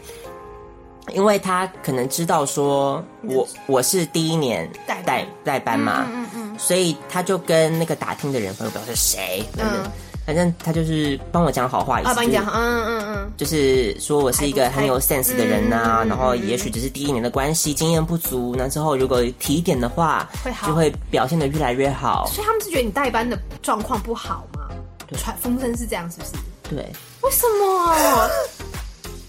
Speaker 3: 因为他可能知道说我我是第一年
Speaker 5: 带
Speaker 3: 带带班嘛，
Speaker 5: 嗯嗯
Speaker 3: 所以他就跟那个打听的人朋友表示谁，反正、
Speaker 5: 嗯
Speaker 3: 反正他就是帮我讲好话，意
Speaker 5: <laughs> 啊，
Speaker 3: 思
Speaker 5: 帮
Speaker 3: 就
Speaker 5: 你
Speaker 3: 是
Speaker 5: 讲，嗯嗯嗯，
Speaker 3: 就是说我是一个很有 sense 的人呐、
Speaker 5: 还不还嗯
Speaker 3: 然后也许只是第一年的关系，经验不足，那之后如果提一点的话，
Speaker 5: 会好
Speaker 3: 就会表现的越来越好。
Speaker 5: 所以他们是觉得你代班的状况不好吗？传风声是这样，是不是？
Speaker 3: 对，
Speaker 5: 为什么？ <laughs>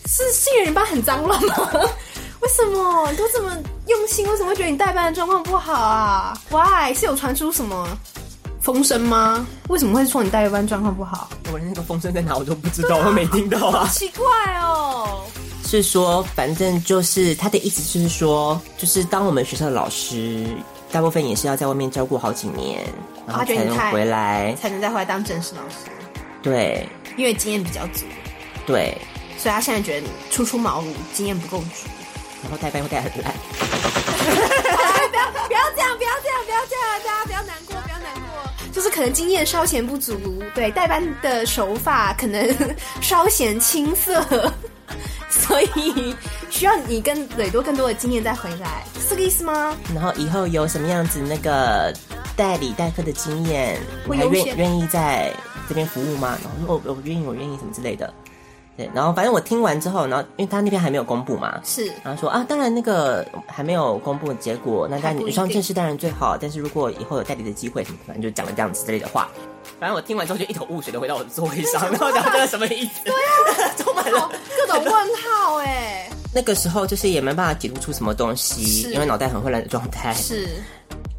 Speaker 5: 是信任班很脏乱吗？ <laughs> 为什么你都这么用心，为什么会觉得你代班的状况不好啊？Why 是有传出什么风声吗？为什么会说你代班状况不好？
Speaker 3: 我连那个风声在哪我都不知道，我都没听到啊。
Speaker 5: 奇怪哦，
Speaker 3: <laughs> 是说，反正就是他的意思就是说，就是当我们学校的老师，大部分也是要在外面教过好几年，然后
Speaker 5: 他觉得
Speaker 3: 才
Speaker 5: 你
Speaker 3: 能
Speaker 5: 太
Speaker 3: 回来。
Speaker 5: 才能再回来当正式老师，
Speaker 3: 对
Speaker 5: 因为经验比较足，
Speaker 3: 对，
Speaker 5: 所以他现在觉得初出茅庐，经验不够 <laughs> 足。
Speaker 3: 然后带班会带很烂。
Speaker 5: 哎不要不要这样，不要这样，不要这样，大家不要难过，不要难过。就是可能经验稍显不足，对代班的手法可能 <laughs> 稍显青涩，所以需要你更蕊多更多的经验再回来，是这个意思吗？
Speaker 3: 然后以后有什么样子那个代理代课的经验，
Speaker 5: 会
Speaker 3: 你还
Speaker 5: 优
Speaker 3: 愿
Speaker 5: 先
Speaker 3: 愿意在这边服务吗？然后说哦我我愿意，我愿意什么之类的。对，然后反正我听完之后，然后因为他那边还没有公布嘛，
Speaker 5: 是，
Speaker 3: 然后说啊，当然那个还没有公布结果，那
Speaker 5: 还
Speaker 3: 但
Speaker 5: 不一定
Speaker 3: 女上正式当然最好，但是如果以后有代理的机会什么，反正就讲了这样子之类的话。反正我听完之后就一头雾水的回到我的座位上，然后讲 <laughs> 这个什么意思？对啊，充满了
Speaker 5: 各种问号哎、
Speaker 3: <laughs> 那个时候就是也没办法解读出什么东西，
Speaker 5: 是
Speaker 3: 因为脑袋很混乱的状态。
Speaker 5: 是。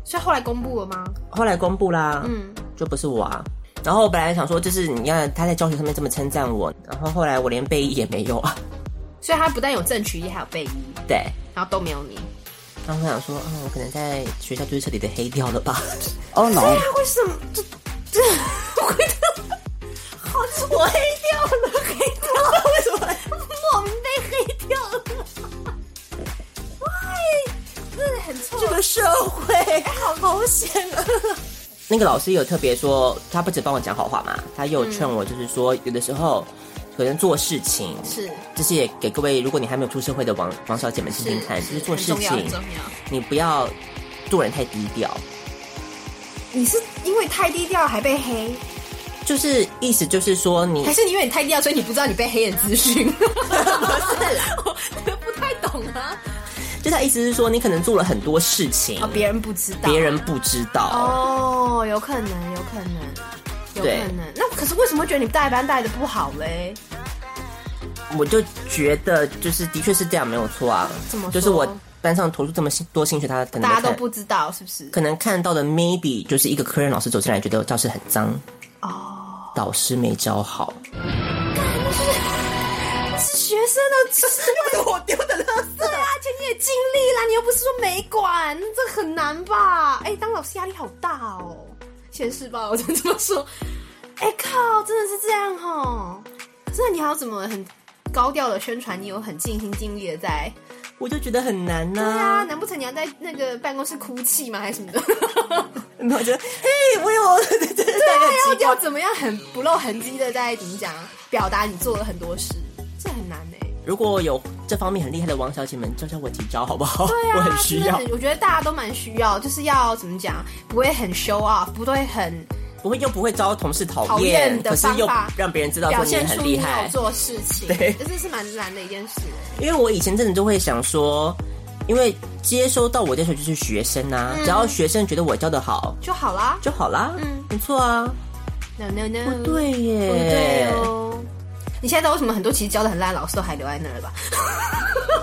Speaker 5: 所以后来公布了吗？
Speaker 3: 后来公布啦，
Speaker 5: 嗯，
Speaker 3: 就不是我啊。然后我本来想说，就是你看他在教学上面这么称赞我，然后后来我连背义也没有啊。 <laughs>
Speaker 5: 所以他不但有正取一，还有备一，
Speaker 3: 对，
Speaker 5: 然后都没有你。
Speaker 3: 然后我想说，嗯，我可能在学校就是彻底的黑掉了
Speaker 5: <laughs>
Speaker 3: 吧。
Speaker 9: 哦，
Speaker 5: 对啊，为什么这这我觉得好，我黑掉了，黑掉了，为什么莫名被黑掉
Speaker 3: <laughs>
Speaker 5: 了？Why？真的很错，这
Speaker 3: 个社会
Speaker 5: 好好险啊！
Speaker 3: 那个老师有特别说，他不止帮我讲好话嘛，他又劝
Speaker 5: 嗯
Speaker 3: 我，就是说、有的时候可能做事情
Speaker 5: 是，
Speaker 3: 就是也给各位，如果你还没有出社会的王王小姐们听听看，就是做事
Speaker 5: 很
Speaker 3: 情
Speaker 5: 重要很重要，
Speaker 3: 你不要做人太低调。
Speaker 5: 你是因为太低调还被黑，
Speaker 3: 就是意思就是说你，
Speaker 5: 还是你因为你太低调，所以你不知道你被黑的资讯？不是， <laughs> 我不太懂啊。
Speaker 3: 就他意思是说你可能做了很多事情，
Speaker 5: 哦，别人不知道，
Speaker 3: 别人不知道。
Speaker 5: 哦，有可能，有可能，有
Speaker 3: 对
Speaker 5: 可能。那可是为什么会觉得你带班带的不好嘞？
Speaker 3: 我就觉得就是的确是这样没有错啊
Speaker 5: 怎么，说
Speaker 3: 就是我班上投入这么多心血，他可能
Speaker 5: 大家都
Speaker 3: 看
Speaker 5: 不知道是不是？
Speaker 3: 可能看到的 maybe 就是一个科任老师走进来，觉得教室很脏，哦，导师没教好，
Speaker 5: 是学生的，这是我丢的垃圾啊！而且你也尽力啦，你又不是说没管，这很难吧？哎、当老师压力好大哦，现实吧，我只能这么说。哎、靠，真的是这样哦。可是你还要怎么很高调的宣传？你有很尽心尽力的在。
Speaker 3: 我就觉得很难呐、
Speaker 5: 对啊，难不成你要在那个办公室哭泣吗？还是什么的？
Speaker 3: 没有我觉得，嘿，我有， <laughs> 对
Speaker 5: 啊，然后就要怎么样很不露痕迹的在怎么讲表达你做了很多事，这很难哎、
Speaker 3: 如果有这方面很厉害的王小姐们，教教我几招好不好？
Speaker 5: 对
Speaker 3: <laughs>
Speaker 5: 啊，
Speaker 3: 我很需
Speaker 5: 真的
Speaker 3: 要
Speaker 5: 很，我觉得大家都蛮需要，就是要怎么讲，不会很 show off，不会很
Speaker 3: 不会又不会招同事讨
Speaker 5: 讨厌的
Speaker 3: 可是
Speaker 5: 方
Speaker 3: 又
Speaker 5: 法
Speaker 3: 让别人知道
Speaker 5: 表
Speaker 3: 说你
Speaker 5: 现
Speaker 3: 很
Speaker 5: 出
Speaker 3: 厉
Speaker 5: 你
Speaker 3: 害
Speaker 5: 有。做事情，
Speaker 3: 对
Speaker 5: 这是蛮难的一件事。
Speaker 3: 因为我以前真的就会想说，因为接收到我的时候就是学生啊，
Speaker 5: 嗯
Speaker 3: 只要学生觉得我教的好
Speaker 5: 就好啦
Speaker 3: 就好啦，嗯，不错啊，
Speaker 5: ，no no no，
Speaker 3: 不对耶，
Speaker 5: 嗯不对哦。你现在知道为什么很多其实教的很烂的老师都还留在那儿了吧？ <laughs>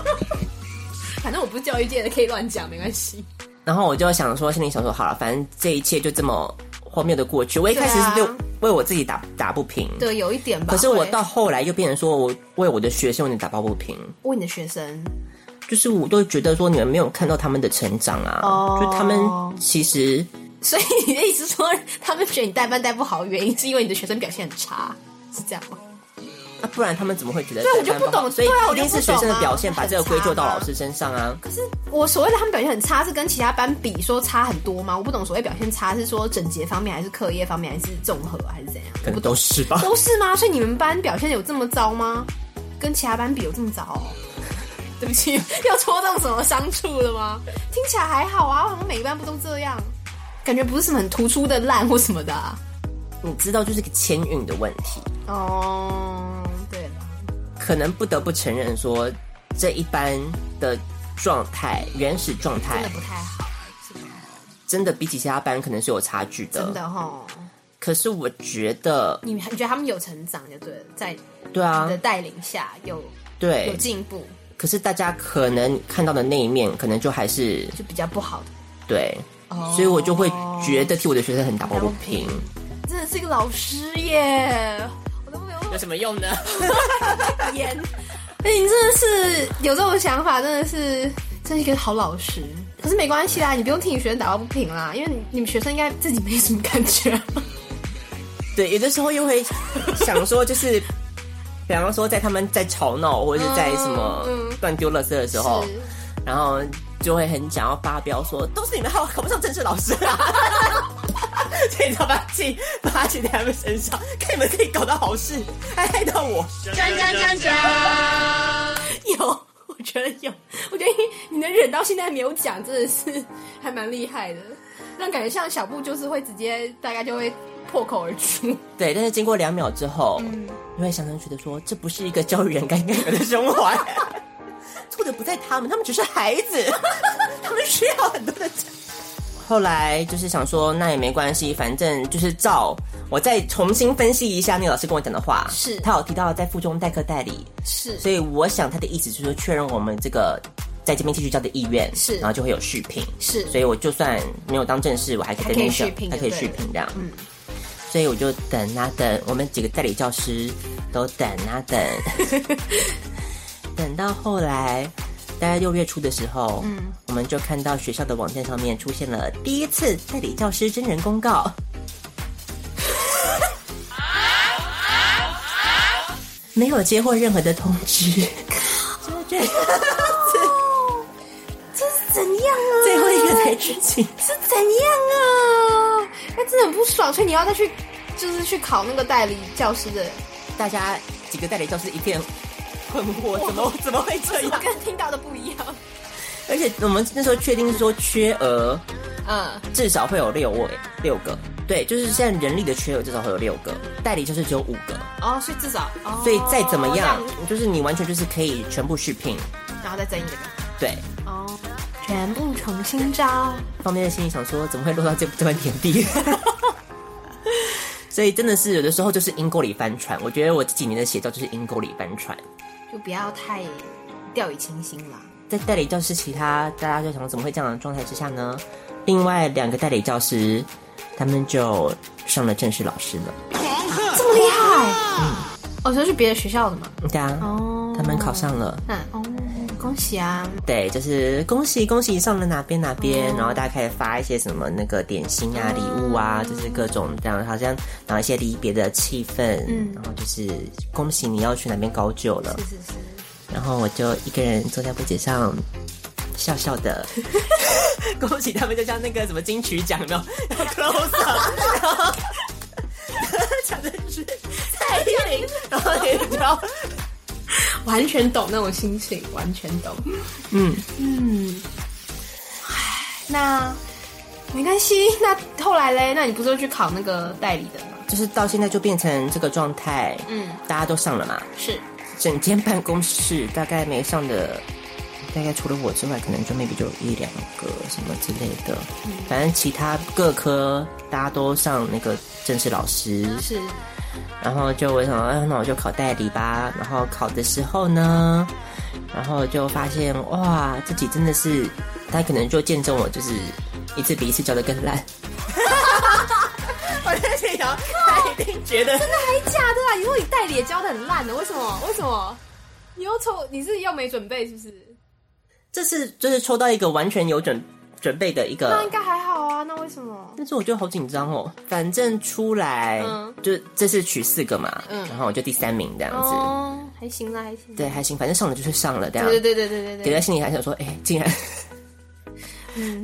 Speaker 5: 反正我不是教育界的，可以乱讲，没关系。
Speaker 3: 然后我就想说，心里想说，好了，反正这一切就这么荒谬的过去。我一开始是对
Speaker 5: 对啊
Speaker 3: 为我自己打打不平，
Speaker 5: 对，有一点吧。
Speaker 3: 可是我
Speaker 5: 会
Speaker 3: 到后来又变成说我为我的学生有点打抱不平，
Speaker 5: 问你的学生， <laughs>
Speaker 3: 就是我都觉得说你们没有看到他们的成长啊，
Speaker 5: 哦
Speaker 3: 就他们其实
Speaker 5: 所以你的意思说，他们觉得你代班带不好，原因是因为你的学生表现很差，是这样吗？
Speaker 3: 啊，不然他们怎么会觉得
Speaker 5: 对我就
Speaker 3: 班班
Speaker 5: 不懂
Speaker 3: 好所以
Speaker 5: 对啊我
Speaker 3: 一
Speaker 5: 就
Speaker 3: 定是
Speaker 5: 不
Speaker 3: 学
Speaker 5: 懂
Speaker 3: 生的
Speaker 5: 啊
Speaker 3: 表现把
Speaker 5: 很
Speaker 3: 这个归
Speaker 5: 差
Speaker 3: 咎到
Speaker 5: 嘛
Speaker 3: 老师身上啊。可
Speaker 5: 是我所谓的他们表现很差，是跟其他班比说差很多吗？我不懂所谓表现差是说整洁方面，还是课业方面，还是综合，还是怎样？
Speaker 3: 可能都是吧，
Speaker 5: 都是吗？所以你们班表现有这么糟吗？跟其他班比有这么糟 <laughs> 哦、对不起，要戳中什么伤处了吗？听起来还好啊，好像每一班不都这样，感觉不是什么很突出的烂或什么的、啊。
Speaker 3: 你知道就是个签运的问题，
Speaker 5: 哦，对了，
Speaker 3: 可能不得不承认说这一班的状态原始状
Speaker 5: 真
Speaker 3: 态
Speaker 5: 的不太好，
Speaker 3: 真的比起其他班可能是有差距的。
Speaker 5: 真的哈。
Speaker 3: 可是我觉得，
Speaker 5: 你你觉得他们有成长就对了，在你
Speaker 3: 对啊
Speaker 5: 的带领下有
Speaker 3: 对
Speaker 5: 有进步，
Speaker 3: 可是大家可能看到的那一面，可能就还是
Speaker 5: 就比较不好的，
Speaker 3: 对，
Speaker 5: 哦
Speaker 3: 所以我就会觉得替我的学生很打抱不平。
Speaker 5: 真的是一个老师耶，
Speaker 3: 有什么用 <laughs> 呢？
Speaker 5: <laughs> 严，哎你真的是有这种想法，真的是真是一个好老师。可是没关系啦，你不用替你学生打抱不平啦，因为你你们学生应该自己没什么感觉。 <laughs>
Speaker 3: 对，有的时候又会想说，就是 <laughs> 比方说在他们在吵闹或者是在什么乱丢垃圾的时候，然后就会很想要发飙说，都是你们害我考不上政治老师啊！ <laughs> 所以你知道把气发气在他们身上，看你们自己搞的好事，还害到我。
Speaker 4: 锵锵锵锵！
Speaker 5: 有，我觉得有，我觉得你能忍到现在没有讲，真的是还蛮厉害的。那感觉像小布就是会直接大概就会破口而出。
Speaker 3: 对，但是经过两秒之后，
Speaker 5: 嗯
Speaker 3: 你会想想觉得说，这不是一个教育人该该有的胸怀。 <laughs> 错的不在他们，他们只是孩子， <laughs> 他们需要很多的。后来就是想说，那也没关系，反正就是照我再重新分析一下那个老师跟我讲的话，
Speaker 5: 是
Speaker 3: 他有提到在附中代课代理，
Speaker 5: 是，
Speaker 3: 所以我想他的意思就是确认我们这个在这边继续教的意愿，
Speaker 5: 是
Speaker 3: 然后就会有续评，
Speaker 5: 是
Speaker 3: 所以我就算没有当正式，我还可以在那边
Speaker 5: 还可以续评
Speaker 3: 还可以
Speaker 5: 就对
Speaker 3: 续
Speaker 5: 了
Speaker 3: 评这样，
Speaker 5: 嗯，
Speaker 3: 所以我就等啊等，我们几个代理教师都等啊
Speaker 5: <laughs>
Speaker 3: 等，等到后来大概六月初的时候，
Speaker 5: 嗯，
Speaker 3: 我们就看到学校的网站上面出现了第一次代理教师真人公
Speaker 5: <laughs>
Speaker 3: 告。没有接获任何的通知，
Speaker 5: <laughs>
Speaker 3: 就这样子，
Speaker 5: 这是怎样啊？
Speaker 3: 最后一个才知情。
Speaker 5: 是怎样啊？那真的很不爽，所以你要再去，就是去考那个代理教师的。
Speaker 3: 大家几个代理教师一片困惑，怎么怎么会 <laughs> 这
Speaker 5: 我
Speaker 3: 样？
Speaker 5: 跟听到的不一样。
Speaker 3: 啊而且我们那时候确定是说缺额
Speaker 5: 嗯，
Speaker 3: 至少会有六位六个，对，就是现在人力的缺额至少会有六个，代理教师只有五个，
Speaker 5: 哦，所以至少，哦、
Speaker 3: 所以再怎么样
Speaker 5: 这样，
Speaker 3: 就是你完全就是可以全部续聘，
Speaker 5: 然后再增一个。
Speaker 3: 对。
Speaker 5: 哦，全部重新招。
Speaker 3: 方面的心里想说，怎么会落到这这般田地？ <laughs> 所以真的是有的时候就是阴沟里翻船。我觉得我这几年的写照就是阴沟里翻船。
Speaker 5: 就不要太掉以轻心啦。
Speaker 3: 在代理教师其他大家就想怎么会这样的状态之下呢？另外两个代理教师，他们就上了正式老师了。
Speaker 5: 这么厉害！哦，说去别的学校的嘛。
Speaker 3: 对啊，
Speaker 5: 哦
Speaker 3: 他们考上了。
Speaker 5: 那哦，恭喜啊！
Speaker 3: 对，就是恭喜恭喜上了哪边哪边，然后大家开始发一些什么那个点心啊、礼物
Speaker 5: 嗯
Speaker 3: 啊，就是各种这样，好像然后一些离别的气氛，
Speaker 5: 嗯
Speaker 3: 然后就是恭喜你要去哪边高就了，
Speaker 5: 是是，
Speaker 3: 然后我就一个人坐在位置上。笑笑的， <laughs> 恭喜他们，就像那个什么金曲奖有没有 close up，然后讲的是蔡依林，然后你就要
Speaker 5: 完全懂那种心情，完全懂。
Speaker 3: 嗯，
Speaker 5: 嗯，那没关系。那后来嘞？那你不是又去考那个代理的吗？
Speaker 3: 就是到现在就变成这个状态，
Speaker 5: 嗯，
Speaker 3: 大家都上了嘛，
Speaker 5: 是
Speaker 3: 整间办公室大概没上的，大概除了我之外，可能就 maybe 就一两个什么之类的。反正其他各科大家都上那个正式老师，
Speaker 5: 是，
Speaker 3: 然后就我想，哎，那我就考代理吧。然后考的时候呢，然后就发现哇，自己真的是，他可能就见证我就是一次比一次教的更烂。我在想，他一定觉得
Speaker 5: 真的还假的啊？你说你代理也教的很烂的，为什么？为什么？你又抽？你是又没准备是不是？
Speaker 3: 这是就是抽到一个完全有准准备的一个，
Speaker 5: 那应该还好啊，那为什么？
Speaker 3: 但是我就好紧张哦。反正出来，
Speaker 5: 嗯
Speaker 3: 就这次取四个嘛，
Speaker 5: 嗯
Speaker 3: 然后我就第三名这样子，
Speaker 5: 哦，还行啦，还行。
Speaker 3: 对，还行，反正上了就是上了这样。
Speaker 5: 对对对对对
Speaker 3: 对，在心里还想说，哎、竟然
Speaker 5: 嗯，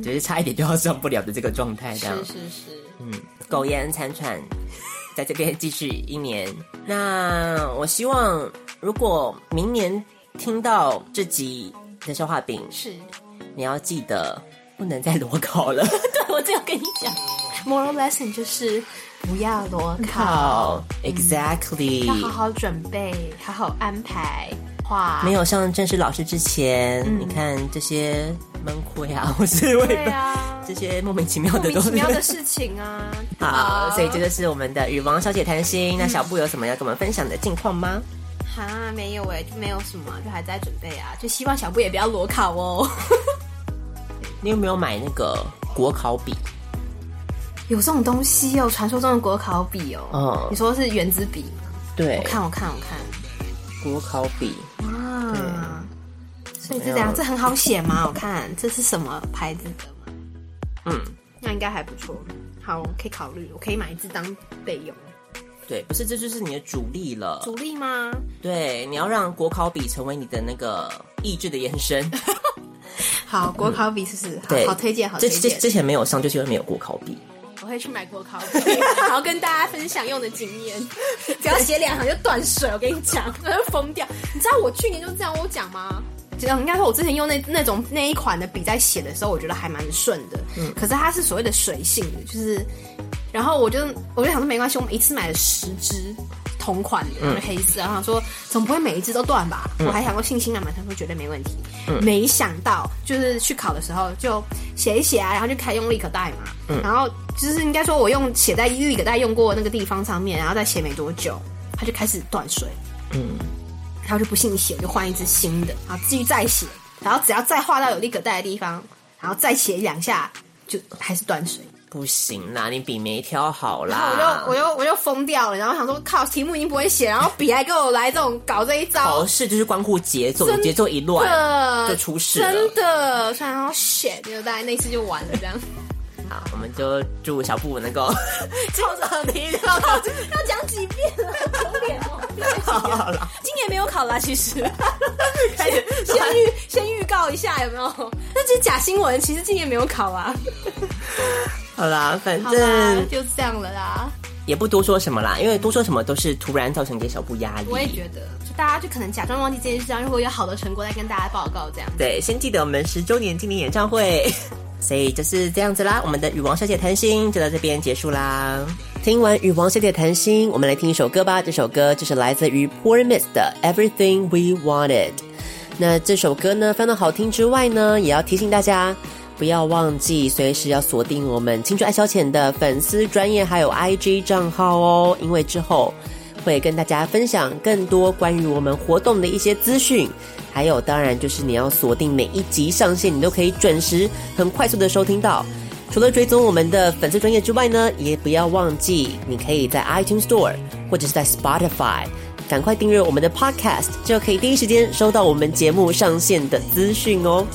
Speaker 3: <laughs> 就是差一点就要上不了的这个状态这样
Speaker 5: 是。是是，
Speaker 3: 嗯，苟延残喘，在这边继续一年。那我希望，如果明年听到这集的消化饼，
Speaker 5: 是
Speaker 3: 你要记得不能再裸考了。 <laughs>
Speaker 5: 对我这样跟你讲，moral lesson 就是不要裸考，
Speaker 3: 好，exactly，、
Speaker 5: 嗯要好好准备，好好安排。哇，
Speaker 3: 没有上正式老师之前，
Speaker 5: 嗯
Speaker 3: 你看这些闷亏啊，或是为
Speaker 5: 对
Speaker 3: <laughs>
Speaker 5: 啊，
Speaker 3: 这些莫名其妙
Speaker 5: 莫
Speaker 3: 的
Speaker 5: 名
Speaker 3: 东西。
Speaker 5: 其。妙的事情啊
Speaker 3: <laughs> 好，所以这就是我们的与王小姐谈心。
Speaker 5: 嗯
Speaker 3: 那小布有什么要跟我们分享的近况吗？
Speaker 5: 哈没有哎，就没有什么，就还在准备啊，就希望小布也不要裸考
Speaker 3: <laughs>
Speaker 5: 哦。
Speaker 3: 你有没有买那个国考笔？
Speaker 5: 有这种东西哦，传说中的国考笔哦。
Speaker 3: 哦
Speaker 5: 你说是原子笔吗？
Speaker 3: 对
Speaker 5: 我看我看我看。
Speaker 3: 国考笔，
Speaker 5: 啊，所以这
Speaker 3: 怎么
Speaker 5: 怎样？
Speaker 3: 样
Speaker 5: 这很好写吗？我看这是什么牌子的吗？
Speaker 3: 嗯，
Speaker 5: 那应该还不错。好，我可以考虑，我可以买一支当备用。
Speaker 3: 对，不是，这就是你的主力了。
Speaker 5: 主力吗？
Speaker 3: 对，你要让国考笔成为你的那个意志的延
Speaker 5: <laughs>
Speaker 3: 伸。
Speaker 5: 好，国考笔试试，
Speaker 3: 对，
Speaker 5: 好推荐，好
Speaker 3: 这
Speaker 5: 推
Speaker 3: 这
Speaker 5: 荐。
Speaker 3: 之前没有上，就是因为没有国考笔。
Speaker 5: 我会去买国考 <laughs> 笔，然后跟大家分享用的经验。只要写两行就断水，我跟你讲， <laughs> 我就疯掉。你知道我去年就这样，我有讲吗？这样应该说，我之前用那那种那一款的笔在写的时候，我觉得还蛮顺的。
Speaker 3: 嗯
Speaker 5: 可是它是所谓的水性的，就是，然后我就我就想说没关系，我们一次买了十支同款的、
Speaker 3: 嗯
Speaker 5: 黑色，然后想说总不会每一支都断吧？
Speaker 3: 嗯
Speaker 5: 我还想过信心满满，他说绝对没问题。
Speaker 3: 嗯
Speaker 5: 没想到就是去考的时候就写一写啊，然后就开始用立可带嘛，
Speaker 3: 嗯
Speaker 5: 然后就是应该说我用写在立可带用过那个地方上面，然后再写没多久，它就开始断水。
Speaker 3: 嗯，
Speaker 5: 然后就不信邪，我就换一支新的，然后继续再写，然后只要再画到有立可带的地方，然后再写两下，就还是断水。
Speaker 3: 不行啦，你笔没挑好
Speaker 5: 然 <laughs> 后我
Speaker 3: 啦。
Speaker 5: 就我就我就疯掉了，然后想说靠，题目已经不会写，然后笔还给我来这种搞这一招
Speaker 3: 考，试就是关乎节奏，你节奏一乱
Speaker 5: 这
Speaker 3: 啊就出事了
Speaker 5: 真。的，想要 shit，就大概那次就完了
Speaker 3: <laughs>
Speaker 5: 这样。
Speaker 3: 好，我们就祝小布能够 <laughs>
Speaker 5: 超长的，要要讲几遍了，好丢脸哦！
Speaker 3: <laughs> 好了，
Speaker 5: 今年没有考啦，其
Speaker 3: <laughs>
Speaker 5: 实先先预先预告一下有没有？那这是假新闻，其实今年没有考啊。
Speaker 3: 好啦，反
Speaker 5: 好啦
Speaker 3: 正，
Speaker 5: 就这样了啦。
Speaker 3: 也不多说什么啦，因为多说什么都是突然造成给小布压力。
Speaker 5: 我也觉得，就大家就可能假装忘记这件事，然后如果有好的成果再跟大家报告这样。
Speaker 3: 对，先记得我们十周年纪念演唱 <laughs> 会，所以就是这样子啦。我们的与王小姐谈心就到这边结束啦。听完与王小姐谈心，我们来听一首歌吧。这首歌就是来自于 Poor Miss 的《Everything We Wanted》。那这首歌呢，非常的好听之外呢，也要提醒大家。不要忘记随时要锁定我们青春爱消遣的粉丝专业还有 IG 账号哦，因为之后会跟大家分享更多关于我们活动的一些资讯，还有当然就是你要锁定每一集上线，你都可以准时、很快速的收听到。除了追踪我们的粉丝专业之外呢，也不要忘记你可以在 iTunes Store 或者是在 Spotify 赶快订阅我们的 Podcast，就可以第一时间收到我们节目上线的资讯哦。